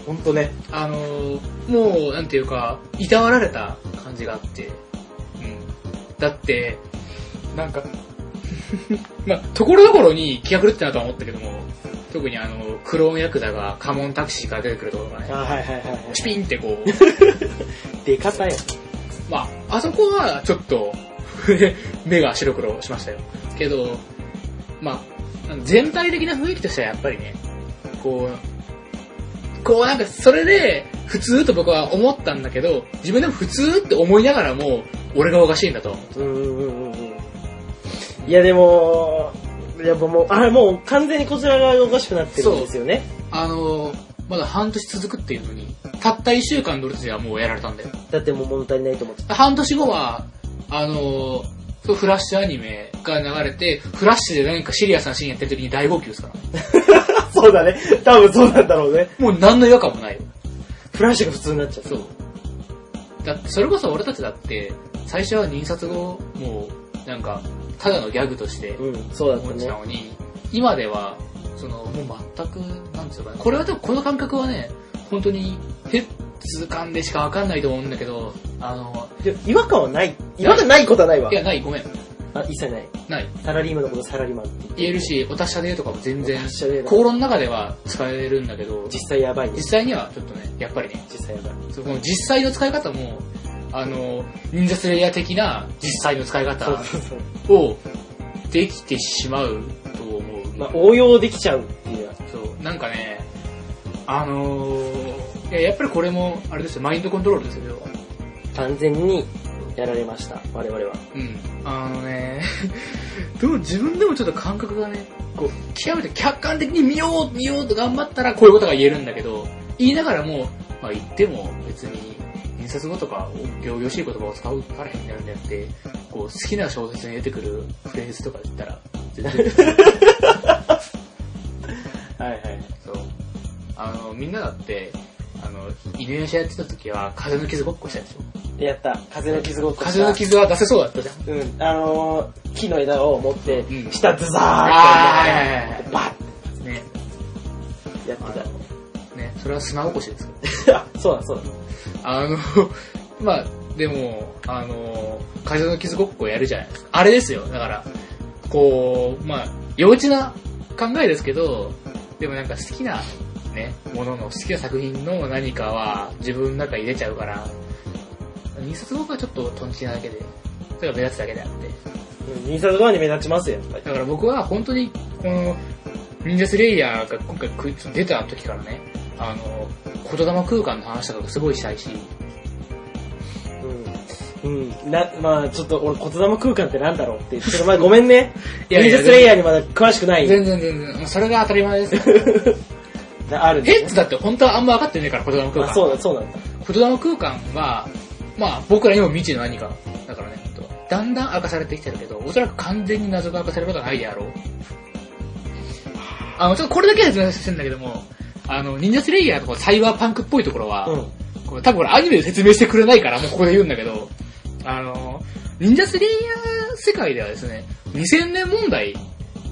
[SPEAKER 2] ほんとね。
[SPEAKER 1] あのー、もう、なんていうか、いたわられた感じがあって、うん。だって、なんか、 [LAUGHS] まあ、ところどころに気が狂ってたなとは思ったけども、特にあの、クローンヤクザがカモンタクシーから出てくるところが
[SPEAKER 2] あ
[SPEAKER 1] ね、
[SPEAKER 2] はいはいはいは
[SPEAKER 1] チピンってこう、
[SPEAKER 2] い。出方よ。
[SPEAKER 1] まあ、あそこはちょっと、 [LAUGHS] 目が白黒しましたよ。けど、まあ、全体的な雰囲気としてはやっぱりね、こう、こうなんかそれで普通と僕は思ったんだけど、自分でも普通って思いながらも、俺がおかしいんだと思
[SPEAKER 2] うんうんうんうんうん。いやでも、やっぱもう、あれもう完全にこちら側がおかしくなってるんですよね。
[SPEAKER 1] あのー、まだ半年続くっていうのに、たった一週間の俺たちはもうやられたんだよ。
[SPEAKER 2] だってもう物足りないと思って
[SPEAKER 1] 半年後は、あのー、そうフラッシュアニメが流れて、フラッシュで何かシリアスなシーンやってる時に大号泣ですから。
[SPEAKER 2] た。そうだね。多分そうなんだろうね。
[SPEAKER 1] もう何の違和感もないよ。
[SPEAKER 2] フラッシュが普通になっちゃった。
[SPEAKER 1] そう。だって、それこそ俺たちだって、最初は印刷後、もう、なんか、ただのギャグとして
[SPEAKER 2] うん、そうだった
[SPEAKER 1] 思って
[SPEAKER 2] ね
[SPEAKER 1] た。のに、今では、その、もう全く、なんですかね、これは多分この感覚はね、本当に、ヘッツ感でしかわかんないと思うんだけど、あの、
[SPEAKER 2] でも違和感はない。違和感ないことはないわ
[SPEAKER 1] い。や、ない、ごめん、
[SPEAKER 2] あ、一切ない。
[SPEAKER 1] ない。
[SPEAKER 2] サラリーマンのことサラリーマンって
[SPEAKER 1] 言えるし、お達者でとかも全然
[SPEAKER 2] 言っ、ちゃうよね
[SPEAKER 1] 心の中では使えるんだけど、
[SPEAKER 2] 実際やばいね
[SPEAKER 1] 実。際にはちょっとね、やっぱりね、
[SPEAKER 2] 実際やばい。
[SPEAKER 1] その実際の使い方も、あの、忍者スレイヤー的な実際の使い
[SPEAKER 2] そう
[SPEAKER 1] 方
[SPEAKER 2] そうそう。
[SPEAKER 1] をできてしまうと思う。
[SPEAKER 2] まあ、応用できちゃうっていう。
[SPEAKER 1] そう、なんかね、あのーいややっぱりこれも、あれですよ、マインドコントロールですけど、
[SPEAKER 2] 完全にやられました。我々は。
[SPEAKER 1] うん。あのね、 [LAUGHS] でも自分でもちょっと感覚がね、こう、極めて客観的に見よう、見ようと頑張ったらこういうことが言えるんだけど、言いながらも、まあ言っても別に、印刷語とか、行々しい言葉を使うから変になるんじゃなくて、こう、好きな小説に出てくるフレーズとか言ったら、全 [LAUGHS] 然、
[SPEAKER 2] はいはい。
[SPEAKER 1] そう。あの、みんなだって、あの、犬やしやってた時は、風の傷ごっこしたでしょ。
[SPEAKER 2] やった。風の傷ごっこした
[SPEAKER 1] 風の傷は出せそうだったじゃん。
[SPEAKER 2] うん。あのー、木の枝を持って
[SPEAKER 1] う、ん
[SPEAKER 2] 下ズザー
[SPEAKER 1] あ
[SPEAKER 2] って
[SPEAKER 1] ー
[SPEAKER 2] バッ
[SPEAKER 1] ね。
[SPEAKER 2] てやって
[SPEAKER 1] ね、それは砂起こしですよ
[SPEAKER 2] た。 [LAUGHS] あ、そうだそうだ。
[SPEAKER 1] あの、 [LAUGHS] まあ、でも、あの、風の傷ごっこをやるじゃないですか。あれですよ。だから、こう、まあ、幼稚な考えですけど、でもなんか好きな、ね、ものの、好きな作品の何かは自分の中に入れちゃうから、印刷ごっこはちょっとトンチなだけで、それが目立つだけであって。
[SPEAKER 2] うん。印刷側に目立ちますよ、やっぱり。
[SPEAKER 1] だから僕は本当に、この、忍者スレイヤーが今回クイズ出た時からね、あの、言霊空間の話とかすごいしたいし、
[SPEAKER 2] うん。うん。な、まあちょっと俺、言霊空間ってなんだろうって言ってる前、ごめん [LAUGHS] ね。
[SPEAKER 1] い
[SPEAKER 2] 忍
[SPEAKER 1] やいや
[SPEAKER 2] 者スレイヤーにまだ詳しくない。
[SPEAKER 1] 全然全然、もうそれが当たり前
[SPEAKER 2] [LAUGHS]
[SPEAKER 1] です。
[SPEAKER 2] あるんだ
[SPEAKER 1] ヘ
[SPEAKER 2] ね
[SPEAKER 1] ッズだって本当はあんま分かってねえから、言霊空
[SPEAKER 2] あ、そ
[SPEAKER 1] 間。
[SPEAKER 2] うだ、そうなんだ。
[SPEAKER 1] 言霊空間は、まあ、僕らにも未知の何かだからね、本当は。だんだん明かされてきてるけど、おそらく完全に謎が明かされることはないであろう。あの、ちょっとこれだけは説明してんだけども、あの、忍者スレイヤーとかサイバーパンクっぽいところは、
[SPEAKER 2] うん。
[SPEAKER 1] これ多分これアニメで説明してくれないから、もうここで言うんだけど、あの、忍者スレイヤー世界ではですね、2000年問題っ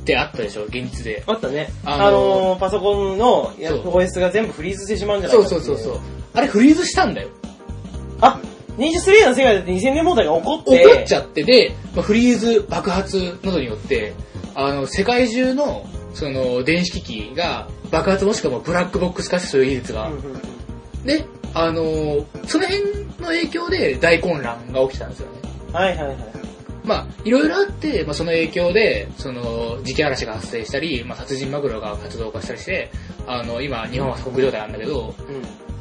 [SPEAKER 1] てあったでしょ、現実で。
[SPEAKER 2] あったね。
[SPEAKER 1] あの
[SPEAKER 2] あのーパソコンのや
[SPEAKER 1] そう
[SPEAKER 2] OS が全部フリーズしてしまうんじゃない
[SPEAKER 1] そ
[SPEAKER 2] か
[SPEAKER 1] うそうそう
[SPEAKER 2] う。
[SPEAKER 1] そう。あれフリーズしたんだよ。
[SPEAKER 2] あ、忍者スレイヤーの世界だって2000年問題が起こって。
[SPEAKER 1] 怒っちゃってで、まあ、フリーズ爆発などによって、あの、世界中の、その、電子機器が爆発もしくはブラックボックス化してそういう技術が。
[SPEAKER 2] うんうんうん
[SPEAKER 1] で、あの、その辺の影響で大混乱が起きたんですよね。
[SPEAKER 2] はいはいはい。
[SPEAKER 1] まあ、いろいろあって、まあ、その影響で、その、時期嵐が発生したり、まあ、殺人マグロが活動化したりして、あの、今、日本は鎖国状態なんだけど、
[SPEAKER 2] う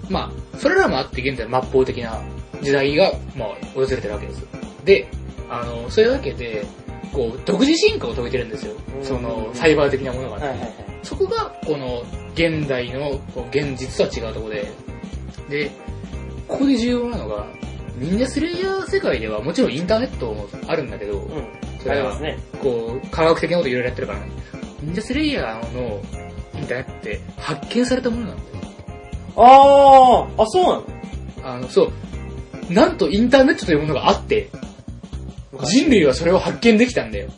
[SPEAKER 2] ん。
[SPEAKER 1] まあ、それらもあって現在末法的な時代が、まあ、訪れてるわけです。で、あの、そういうわけで、こう、独自進化を遂げてるんですよ
[SPEAKER 2] う。ん
[SPEAKER 1] その、サイバー的なものが
[SPEAKER 2] はい
[SPEAKER 1] ね。
[SPEAKER 2] はいはい。
[SPEAKER 1] そこが、この、現代の、こう、現実とは違うところで、で、ここで重要なのが、忍者スレイヤー世界ではもちろんインターネットもあるんだけど、
[SPEAKER 2] う
[SPEAKER 1] そ
[SPEAKER 2] ん。あ
[SPEAKER 1] れ
[SPEAKER 2] り
[SPEAKER 1] は
[SPEAKER 2] ますね。
[SPEAKER 1] こう、科学的なこといろいろやってるからね。忍者スレイヤーのインターネットって発見されたものなんだよ。
[SPEAKER 2] あー、あ、そうなの
[SPEAKER 1] あの、そう。なんとインターネットというものがあって、人類はそれを発見できたんだよ。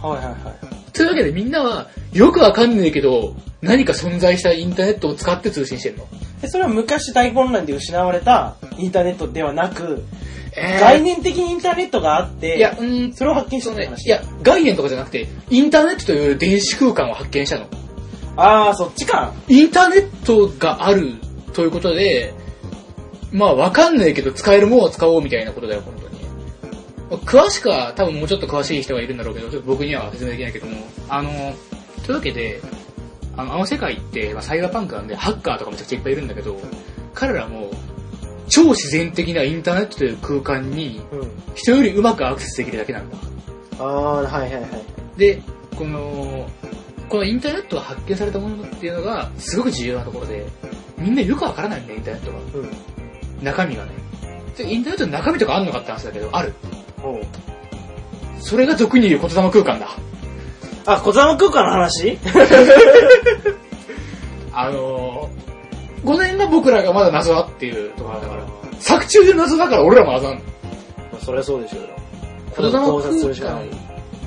[SPEAKER 2] はいはいはい。
[SPEAKER 1] というわけでみんなは、よくわかんないけど、何か存在したインターネットを使って通信してるの。
[SPEAKER 2] でそれは昔大混乱で失われたインターネットではなく、
[SPEAKER 1] え
[SPEAKER 2] 概念的にインターネットがあって、
[SPEAKER 1] いや、うーん、
[SPEAKER 2] それを発見し
[SPEAKER 1] そ
[SPEAKER 2] た
[SPEAKER 1] の
[SPEAKER 2] って
[SPEAKER 1] ね
[SPEAKER 2] 話。、
[SPEAKER 1] いや、概念とかじゃなくて、インターネットという電子空間を発見したの。
[SPEAKER 2] あー、そっちか。
[SPEAKER 1] インターネットがあるということで、まあわかんないけど使えるものを使おうみたいなことだよ、本当に。まあ詳しくは、多分もうちょっと詳しい人がいるんだろうけど、ちょっと僕には説明できないけども、あの、というわけで、あの、あの世界って、まあ、サイバーパンクなんで、ハッカーとかめちゃくちゃいっぱいいるんだけど、彼らも、超自然的なインターネットという空間に、
[SPEAKER 2] うん。
[SPEAKER 1] 人よりうまくアクセスできるだけなんだ。
[SPEAKER 2] あー、はいはいはい。
[SPEAKER 1] で、この、このインターネットが発見されたものっていうのが、すごく重要なところで、みんなよくわからないんだよ、インターネットが。
[SPEAKER 2] うん。
[SPEAKER 1] 中身がね。で、インターネットの中身とかあんのかって話だけど、ある。
[SPEAKER 2] ほう。
[SPEAKER 1] それが俗に言う言霊空間だ。
[SPEAKER 2] あ、小沢空間の話
[SPEAKER 1] あのー、この辺が僕らがまだ謎だっていうところだから、作中で謎だから俺らも謎なんだ。
[SPEAKER 2] そりゃそうでしょうよ。
[SPEAKER 1] 言霊
[SPEAKER 2] 考察するし
[SPEAKER 1] 空
[SPEAKER 2] かない
[SPEAKER 1] 間。。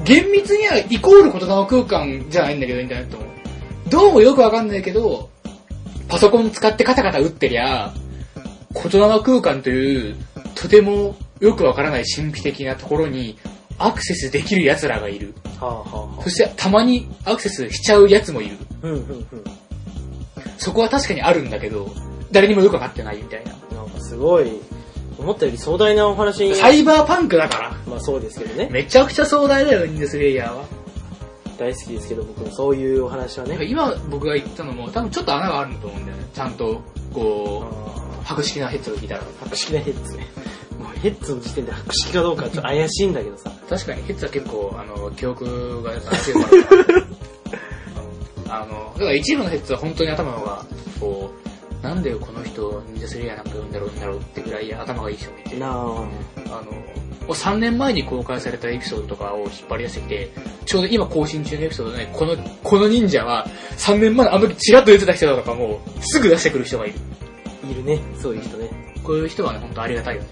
[SPEAKER 1] 厳密にはイコール言霊空間じゃないんだけど、インターネットも。どうもよくわかんないけど、パソコン使ってカタカタ打ってりゃ、言霊空間という、とてもよくわからない神秘的なところに、アクセスできる奴らがいる。
[SPEAKER 2] はあはあはあ
[SPEAKER 1] そ。して、たまにアクセスしちゃう奴もいる。
[SPEAKER 2] うんうんうん。
[SPEAKER 1] そこは確かにあるんだけど、誰にもよくわかってないみたいな。
[SPEAKER 2] なんかすごい、思ったより壮大なお話に。
[SPEAKER 1] サイバーパンクだか
[SPEAKER 2] まあそうですけど
[SPEAKER 1] ら。
[SPEAKER 2] ね。
[SPEAKER 1] めちゃくちゃ壮大だよ、インデスレイヤーは。
[SPEAKER 2] 大好きですけど、僕もそういうお話は
[SPEAKER 1] なんか
[SPEAKER 2] ね。
[SPEAKER 1] 今僕が言ったのも、多分ちょっと穴があると思うんだよね。ちゃんと、こう、白式なヘッドを聞いたら。
[SPEAKER 2] 白色なヘッズね。もうヘッズの時点で白色かどうかちょっと怪しいんだけどさ。
[SPEAKER 1] 確かにヘッドは結構、あの、記憶が強いから。あの、だから一部のヘッドは本当に頭が、こう、なんでこの人、忍者スレイヤーなんか読んだろうんだろうってぐらい頭がいい人もいて、
[SPEAKER 2] な
[SPEAKER 1] あ
[SPEAKER 2] あ。
[SPEAKER 1] の、もう3年前に公開されたエピソードとかを引っ張り出してきて、ちょうど今更新中のエピソードで、ね、この、この忍者は3年前のあの時チラッと出てた人だとかもう、すぐ出してくる人がいる。
[SPEAKER 2] いるね、そういう人ね。
[SPEAKER 1] こういう人はね、本当ありがたいよね。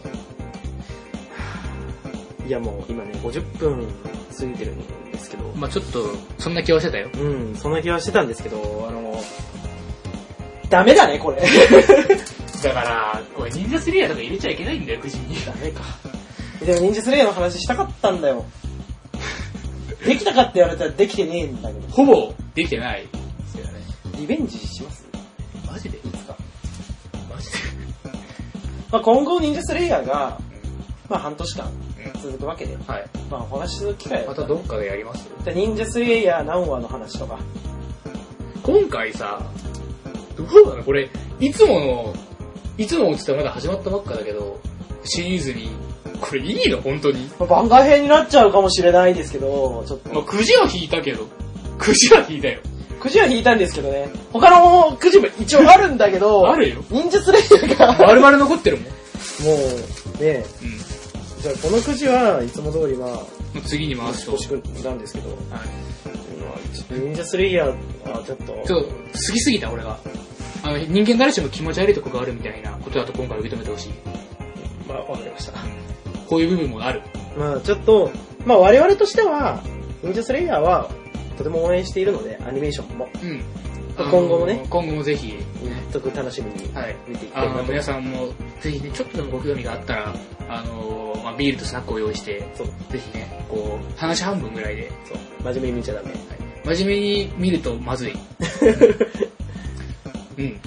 [SPEAKER 2] いやもう今ね、50分過ぎてるんですけど。
[SPEAKER 1] まあちょっと、そんな気はしてたよ。
[SPEAKER 2] うん、そんな気はしてたんですけど、あの、ダメだね、これ。
[SPEAKER 1] だから、これ忍者スリアとか入れちゃいけないんだよ、くじに。
[SPEAKER 2] ダメか。 [LAUGHS] でも忍者スレイヤーの話したかったんだよ。できたかって言われたらできてねえんだけど。
[SPEAKER 1] ほぼできてない。ですよね。
[SPEAKER 2] リベンジします
[SPEAKER 1] マジでい
[SPEAKER 2] いつか。
[SPEAKER 1] マジで。
[SPEAKER 2] まあ今後忍者スレイヤーが、まあ半年間続くわけで、
[SPEAKER 1] はい。
[SPEAKER 2] まあお話しする機会
[SPEAKER 1] またどっかでやります
[SPEAKER 2] で忍者スレイヤー何話の話とか。
[SPEAKER 1] 今回さ、どうなのこれ、いつもの、いつものつってまだ始まったばっかだけど、シリーズに、これいいの本当に。
[SPEAKER 2] まあ番外編になっちゃうかもしれないですけど、ちょっ
[SPEAKER 1] まあ、
[SPEAKER 2] と。
[SPEAKER 1] くじは引いたけど、くじは引いたよ。
[SPEAKER 2] くじは引いたんですけどね。他のくじも一応あるんだけど、
[SPEAKER 1] あるよ。
[SPEAKER 2] 忍者スレイヤーが、も
[SPEAKER 1] 丸々残ってるもん。う
[SPEAKER 2] う、ね、
[SPEAKER 1] ん。
[SPEAKER 2] じゃあこのくじはいつも通りまあ、
[SPEAKER 1] もう次に回すと
[SPEAKER 2] 押。しくなんですけど、
[SPEAKER 1] はい
[SPEAKER 2] 忍者スレイヤーはちょっと、
[SPEAKER 1] ちょっと、過ぎすぎた、俺が。あの、人間誰しも気持ち悪いとこがあるみたいなことだと今回受け止めてほしい。
[SPEAKER 2] まあわかりました。
[SPEAKER 1] こういう部分もある。
[SPEAKER 2] まあちょっと、まあ我々としては、忍者スレイヤーはとても応援しているので、アニメーションも、
[SPEAKER 1] うん。
[SPEAKER 2] 今後もね
[SPEAKER 1] あの今後もぜひ、
[SPEAKER 2] とく楽しみに
[SPEAKER 1] はい。
[SPEAKER 2] 見ていきた
[SPEAKER 1] あ
[SPEAKER 2] いな
[SPEAKER 1] の、
[SPEAKER 2] と。
[SPEAKER 1] 皆さんも、ぜひね、ちょっとでもご興味があったら、あの、まあ、ビールとスナックを用意して、
[SPEAKER 2] そう、
[SPEAKER 1] ぜひね、こう、話半分ぐらいで、
[SPEAKER 2] そう、真面目に見ちゃダメ。
[SPEAKER 1] 真面目に見るとまずい。 [LAUGHS] うん。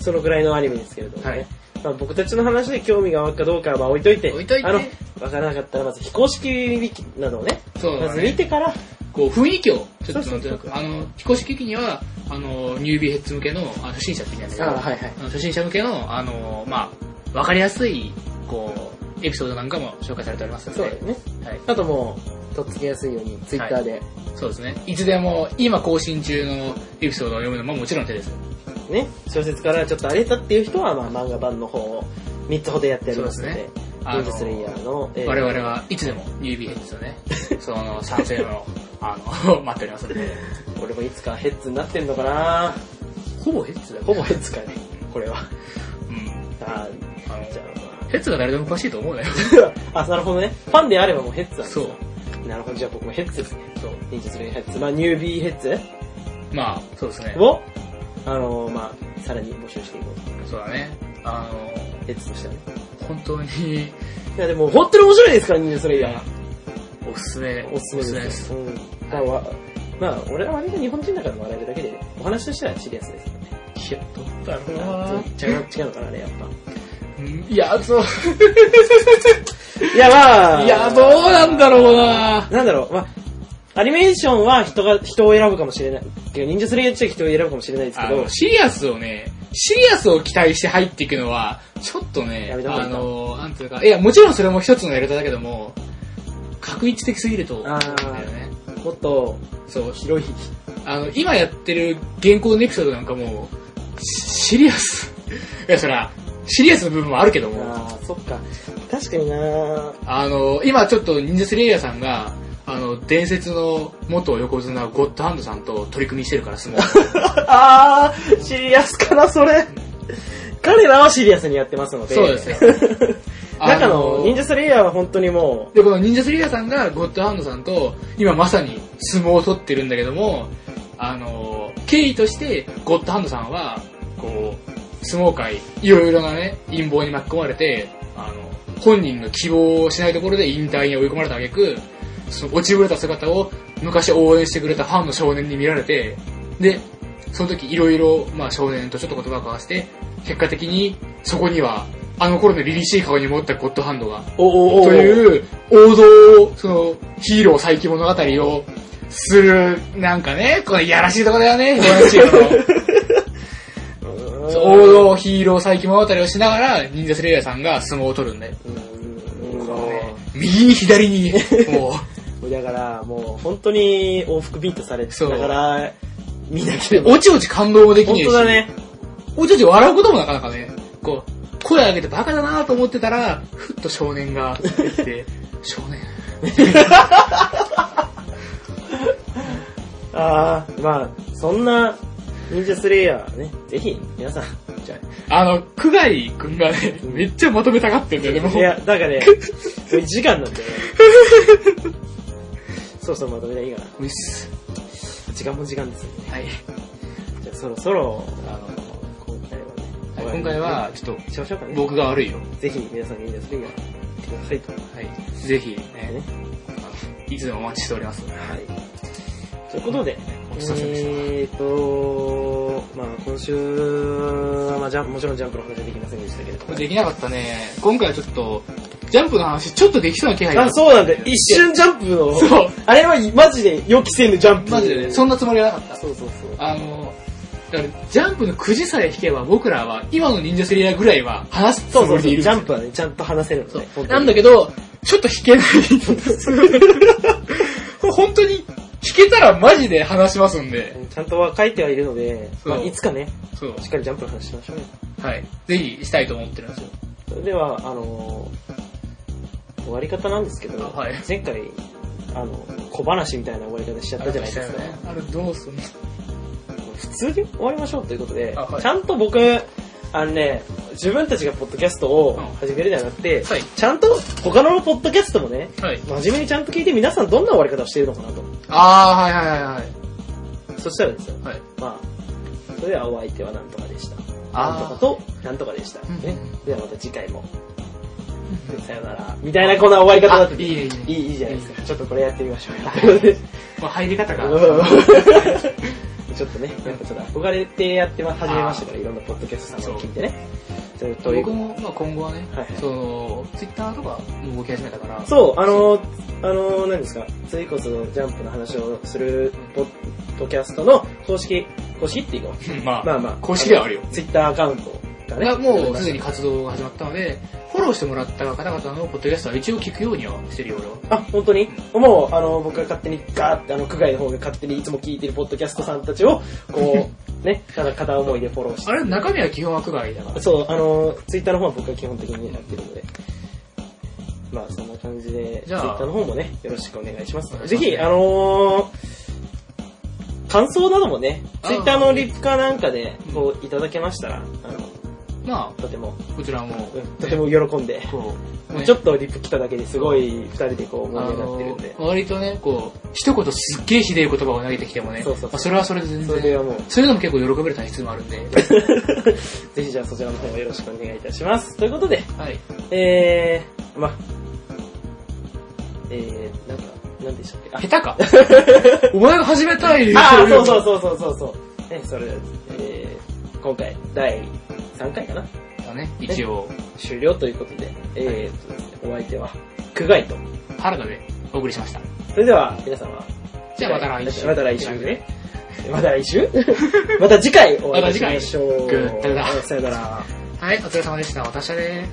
[SPEAKER 2] そのぐらいのアニメですけれどもね。
[SPEAKER 1] はい
[SPEAKER 2] まあ、僕たちの話で興味が湧くかどうかはまあ置いといて、
[SPEAKER 1] 置いといて
[SPEAKER 2] あの、わからなかったらまず非公式ウィキなどをね、
[SPEAKER 1] そう
[SPEAKER 2] ま
[SPEAKER 1] だ
[SPEAKER 2] ず見
[SPEAKER 1] ね。
[SPEAKER 2] てから、
[SPEAKER 1] こう、雰囲気を、ちょっと
[SPEAKER 2] そうそうそう
[SPEAKER 1] あの、非公式機には、あの、ニュービーヘッズ向けの、あ初心者って言うんだけど、
[SPEAKER 2] あはいはい。
[SPEAKER 1] あの初心者向けの、あの、まあ、わかりやすい、こう、エピソードなんかも紹介されておりますので、
[SPEAKER 2] そうだよね。
[SPEAKER 1] はい、
[SPEAKER 2] あともう、とっつきやすいように、ツイッターで、
[SPEAKER 1] そうですね。いつでも、今更新中のエピソードを読むのももちろん手です。
[SPEAKER 2] ね、小説からちょっと荒れたっていう人は、まあ、漫画版の方を3つほどやっておりますの
[SPEAKER 1] そう
[SPEAKER 2] で
[SPEAKER 1] で、
[SPEAKER 2] 忍者スレイヤーの、えー
[SPEAKER 1] 我々はいつでもニュービーヘッズのね、 [LAUGHS] その賛成 [LAUGHS] の、あの、待っておりますので、
[SPEAKER 2] これもいつかヘッズになってんのかな
[SPEAKER 1] ほぼヘッズだよ、ね。
[SPEAKER 2] ほぼヘッズかね、これは。
[SPEAKER 1] うん。
[SPEAKER 2] あ
[SPEAKER 1] あの
[SPEAKER 2] ーじゃ
[SPEAKER 1] ヘッズが誰でも詳しいと思うなよ。
[SPEAKER 2] あ、 [LAUGHS] あ、なるほどね。ファンであればもうヘッズなんです
[SPEAKER 1] そう
[SPEAKER 2] よ。なるほど、じゃあ僕もヘッズですね。
[SPEAKER 1] そう。
[SPEAKER 2] 忍者スレイヤーヘッズ、まあ、ニュービーヘッズ
[SPEAKER 1] まあ、そうですね。
[SPEAKER 2] を、あのー、まあ、さらに募集していこう
[SPEAKER 1] そうだね。あの、
[SPEAKER 2] ヘッズとしてはね。
[SPEAKER 1] 本当に、
[SPEAKER 2] いや、でも、本当に面白いですから、忍者スレイヤー。
[SPEAKER 1] おすすめ、
[SPEAKER 2] おすすめです
[SPEAKER 1] す。
[SPEAKER 2] ね。うん。まあ、わまあ、俺は割と日本人だから笑えるだけで、お話としてはシリアスですよね。
[SPEAKER 1] いや、どうだろう
[SPEAKER 2] あ
[SPEAKER 1] な
[SPEAKER 2] 違う違うのかな、あれ、やっぱ。
[SPEAKER 1] うんいや、そう、
[SPEAKER 2] いや、まあ。
[SPEAKER 1] いや、どうなんだろうな
[SPEAKER 2] なんだろう、まあ、アニメーションは人が、人を選ぶかもしれない。けど、忍者スレイヤーって人を選ぶかもしれないですけ
[SPEAKER 1] あ
[SPEAKER 2] ど
[SPEAKER 1] の、、シリアスをね、シリアスを期待して入っていくのは、ちょっとね、
[SPEAKER 2] やめた方が
[SPEAKER 1] あ
[SPEAKER 2] いいか
[SPEAKER 1] の、なんていうか、いや、もちろんそれも一つのやり方だけども、確一的すぎると思うんだよね。
[SPEAKER 2] もっと
[SPEAKER 1] そう、
[SPEAKER 2] 広い。
[SPEAKER 1] あの、今やってる現行のエピソードなんかもう、シシリアス。いや、そら、シリアスの部分もあるけども、
[SPEAKER 2] ああ、そっか。確かにな
[SPEAKER 1] あの、今ちょっと忍者スレイヤーさんが、あの、伝説の元横綱ゴッドハンドさんと取り組みしてるから、相撲。
[SPEAKER 2] あー、シリアスかな、それ。彼らはシリアスにやってますので。
[SPEAKER 1] そうですよ。
[SPEAKER 2] [LAUGHS] 中
[SPEAKER 1] あ
[SPEAKER 2] の忍者スレイヤーは本当にも
[SPEAKER 1] で、この忍者スリーダーさんがゴッドハンドさんと、今まさに相撲を取ってるんだけども、あの、経緯として、ゴッドハンドさんは、こう、相撲界、いろいろなね、陰謀に巻き込まれて、あの、本人の希望をしないところで引退に追い込まれた挙句、その落ちぶれた姿を昔応援してくれたファンの少年に見られて、で、その時いろいろ、まあ少年とちょっと言葉を交わして、結果的にそこには、あの頃の凛々しい顔に持ったゴッドハンドが
[SPEAKER 2] う、おお
[SPEAKER 1] という王道を、その、ヒーロー再起物語をする、なんかね、これいやらしいとこだよ
[SPEAKER 2] [LAUGHS]
[SPEAKER 1] ね、このチームのそう王道ヒーロー再起物語をしなが
[SPEAKER 2] [LAUGHS]
[SPEAKER 1] ら、忍者スレイヤーさんが相撲を取るんで。
[SPEAKER 2] も
[SPEAKER 1] 右に左に、も
[SPEAKER 2] うだからもう本当に往復ビートされて
[SPEAKER 1] そう
[SPEAKER 2] だから見なけ
[SPEAKER 1] う
[SPEAKER 2] れ、ば
[SPEAKER 1] おちおち感動もできね
[SPEAKER 2] 本
[SPEAKER 1] えし、
[SPEAKER 2] 当だね
[SPEAKER 1] おちおち笑うこともなかなかね、こう、声上げてバカだなと思ってたら、ふっと少年が出てき
[SPEAKER 2] [LAUGHS]
[SPEAKER 1] て、少年、
[SPEAKER 2] ああまあそんな忍者スレイヤーねぜひ皆さんじゃ
[SPEAKER 1] あの、久我井くんがね、めっちゃまとめたがってんだよね、もう
[SPEAKER 2] あいやだからねこれ時間
[SPEAKER 1] [LAUGHS]
[SPEAKER 2] なんだよねそうそうまとめたらいいかな
[SPEAKER 1] ういっす。
[SPEAKER 2] 時間も時間ですよね
[SPEAKER 1] はい。
[SPEAKER 2] じゃあそろそろ
[SPEAKER 1] あの、
[SPEAKER 2] 今回はね
[SPEAKER 1] はい今回は、ちょっと、
[SPEAKER 2] しましょうかね
[SPEAKER 1] 僕が悪いよ。
[SPEAKER 2] ぜひ皆さん忍者スレイヤー見てくださいと
[SPEAKER 1] はい。ぜひ、ね
[SPEAKER 2] ね、
[SPEAKER 1] いつでもお待ちしております。は。
[SPEAKER 2] はいい。ということで、
[SPEAKER 1] お疲れ様でした
[SPEAKER 2] えーと、まあ今週は、まあジャンプもちろんジャンプの話はできませんでしたけれども。
[SPEAKER 1] できなかったね。今回はちょっと、ジャンプの話、ちょっとできそうな気配が
[SPEAKER 2] あ、そうなんだよ。一瞬ジャンプの、
[SPEAKER 1] そう。
[SPEAKER 2] あれはマジで予期せぬジャン
[SPEAKER 1] [LAUGHS]
[SPEAKER 2] プ。
[SPEAKER 1] マジでね、そん
[SPEAKER 2] な。
[SPEAKER 1] なつもりはなかっ
[SPEAKER 2] そうそうそう。
[SPEAKER 1] た。あの、だから、ジャンプのくじさえ引けば、僕らは、今の忍者セリアぐらいは、話すつ
[SPEAKER 2] そうそ
[SPEAKER 1] も
[SPEAKER 2] う
[SPEAKER 1] りで
[SPEAKER 2] そ、
[SPEAKER 1] いうる。
[SPEAKER 2] ジャンプはね、ちゃんと話せるの
[SPEAKER 1] そう
[SPEAKER 2] ね。本当
[SPEAKER 1] な
[SPEAKER 2] に
[SPEAKER 1] んだけど、ちょっと引 [LAUGHS] けない。これ本当に、引けたらマジで話しますんで。
[SPEAKER 2] ちゃんとは書いてはいるので、
[SPEAKER 1] そう
[SPEAKER 2] まあいつかね、
[SPEAKER 1] そう。
[SPEAKER 2] しっかりジャンプの話しましょうよ。
[SPEAKER 1] はい。ぜひ、したいと思ってるんですよ。
[SPEAKER 2] それでは、あのー終わり方なんですけど、
[SPEAKER 1] はい
[SPEAKER 2] 前回、あの、小話みたいな終わり方しちゃったじゃないですか。
[SPEAKER 1] あれどうすんの
[SPEAKER 2] 普通に終わりましょうということで、
[SPEAKER 1] あはい
[SPEAKER 2] ちゃんと僕、あのね、自分たちがポッドキャストを始めるんじゃなくて、
[SPEAKER 1] はい
[SPEAKER 2] ちゃんと他のポッドキャストもね、
[SPEAKER 1] はい。
[SPEAKER 2] 真面目にちゃんと聞いて皆さんどんな終わり方をしているのかなと。
[SPEAKER 1] あー、はいはいはいはい。
[SPEAKER 2] そしたらですよ、
[SPEAKER 1] はい。
[SPEAKER 2] まあ、それではお相手はなんとかでした。
[SPEAKER 1] あー
[SPEAKER 2] なんとかと、なんとかでした。
[SPEAKER 1] うん
[SPEAKER 2] ね、ではまた次回も、さよなら、みたいなこんな終わり方だって
[SPEAKER 1] あいいねいいね
[SPEAKER 2] いいいいじゃないですか。ちょっとこれやってみましょう [LAUGHS] よ。
[SPEAKER 1] まあ入り方が。
[SPEAKER 2] [LAUGHS] ちょっとね、やっぱちょっと憧れてやってま始めましたから、いろんなポッドキャストさんを聞いてね。というという
[SPEAKER 1] 僕も、まあ今後はね、
[SPEAKER 2] はいはい
[SPEAKER 1] その、ツイッターとかも動き始めたから、
[SPEAKER 2] そう、あのあの何ですか、ついこそジャンプの話をするポッドキャストの公式、公式っていうの
[SPEAKER 1] うんまあ、
[SPEAKER 2] まあまあ、
[SPEAKER 1] 公式ではあるよ
[SPEAKER 2] ツイッターアカウントがね。
[SPEAKER 1] がもうすでに活動が始まったので、フォローしてもらった方々のポッドキャストは一応聞くようにはしてるよ、俺は。
[SPEAKER 2] あ、本当にもう、あの、僕が勝手にガーって、あの、区外の方が勝手にいつも聞いてるポッドキャストさんたちを、こう、ね、ただ片思いでフォローして
[SPEAKER 1] あ。れ、中身は基本は区外だから。
[SPEAKER 2] そう、あの、ツイッターの方は僕が基本的にやってるので。まあ、そんな感じで、ツイ
[SPEAKER 1] じゃあ
[SPEAKER 2] ッターの方もね、よろしくお願いします
[SPEAKER 1] お。願いし
[SPEAKER 2] ぜ
[SPEAKER 1] ます
[SPEAKER 2] ひ、あのー感想などもね、
[SPEAKER 1] あー
[SPEAKER 2] ツイッターのリプかなんかで、こう、いただけましたら、あの、
[SPEAKER 1] ま
[SPEAKER 2] とても、
[SPEAKER 1] あ、こちらも、
[SPEAKER 2] うんとても喜んで、
[SPEAKER 1] こう、
[SPEAKER 2] もう
[SPEAKER 1] ね
[SPEAKER 2] ちょっとリプ来ただけですごい二人でこう、
[SPEAKER 1] あ
[SPEAKER 2] 盛り上がってるん
[SPEAKER 1] の
[SPEAKER 2] で、
[SPEAKER 1] 割とね、こう、一言すっげえひでえ言葉を投げてきてもね、
[SPEAKER 2] そうそうそう
[SPEAKER 1] まあそれはそれで全
[SPEAKER 2] それ
[SPEAKER 1] 然、
[SPEAKER 2] はもう、
[SPEAKER 1] そういうのも結構喜べる体質もある
[SPEAKER 2] [LAUGHS]
[SPEAKER 1] んで、
[SPEAKER 2] ぜひじゃあそちらの方もよろしくお願いいたします。ということで、
[SPEAKER 1] はい。
[SPEAKER 2] えー、まあ、えー、なんか、なんでしたっけあ
[SPEAKER 1] 下手
[SPEAKER 2] [LAUGHS]
[SPEAKER 1] かお前が始めたい
[SPEAKER 2] あ [LAUGHS] あ、そう
[SPEAKER 1] う
[SPEAKER 2] そ
[SPEAKER 1] の
[SPEAKER 2] うそうそうそうそう。ね、それで、えー、今回、第3回かな
[SPEAKER 1] だね、一応、
[SPEAKER 2] 終了ということで、えーとですね、お相手は、久我井と。
[SPEAKER 1] 原田でお送りしました。
[SPEAKER 2] それでは、皆様。
[SPEAKER 1] じゃあまた来週
[SPEAKER 2] また来週ね。また来週 [LAUGHS] また次回お会いしましょう。
[SPEAKER 1] また次回グッドだ
[SPEAKER 2] さよなら。
[SPEAKER 1] はい、お疲れ様でした。私はね。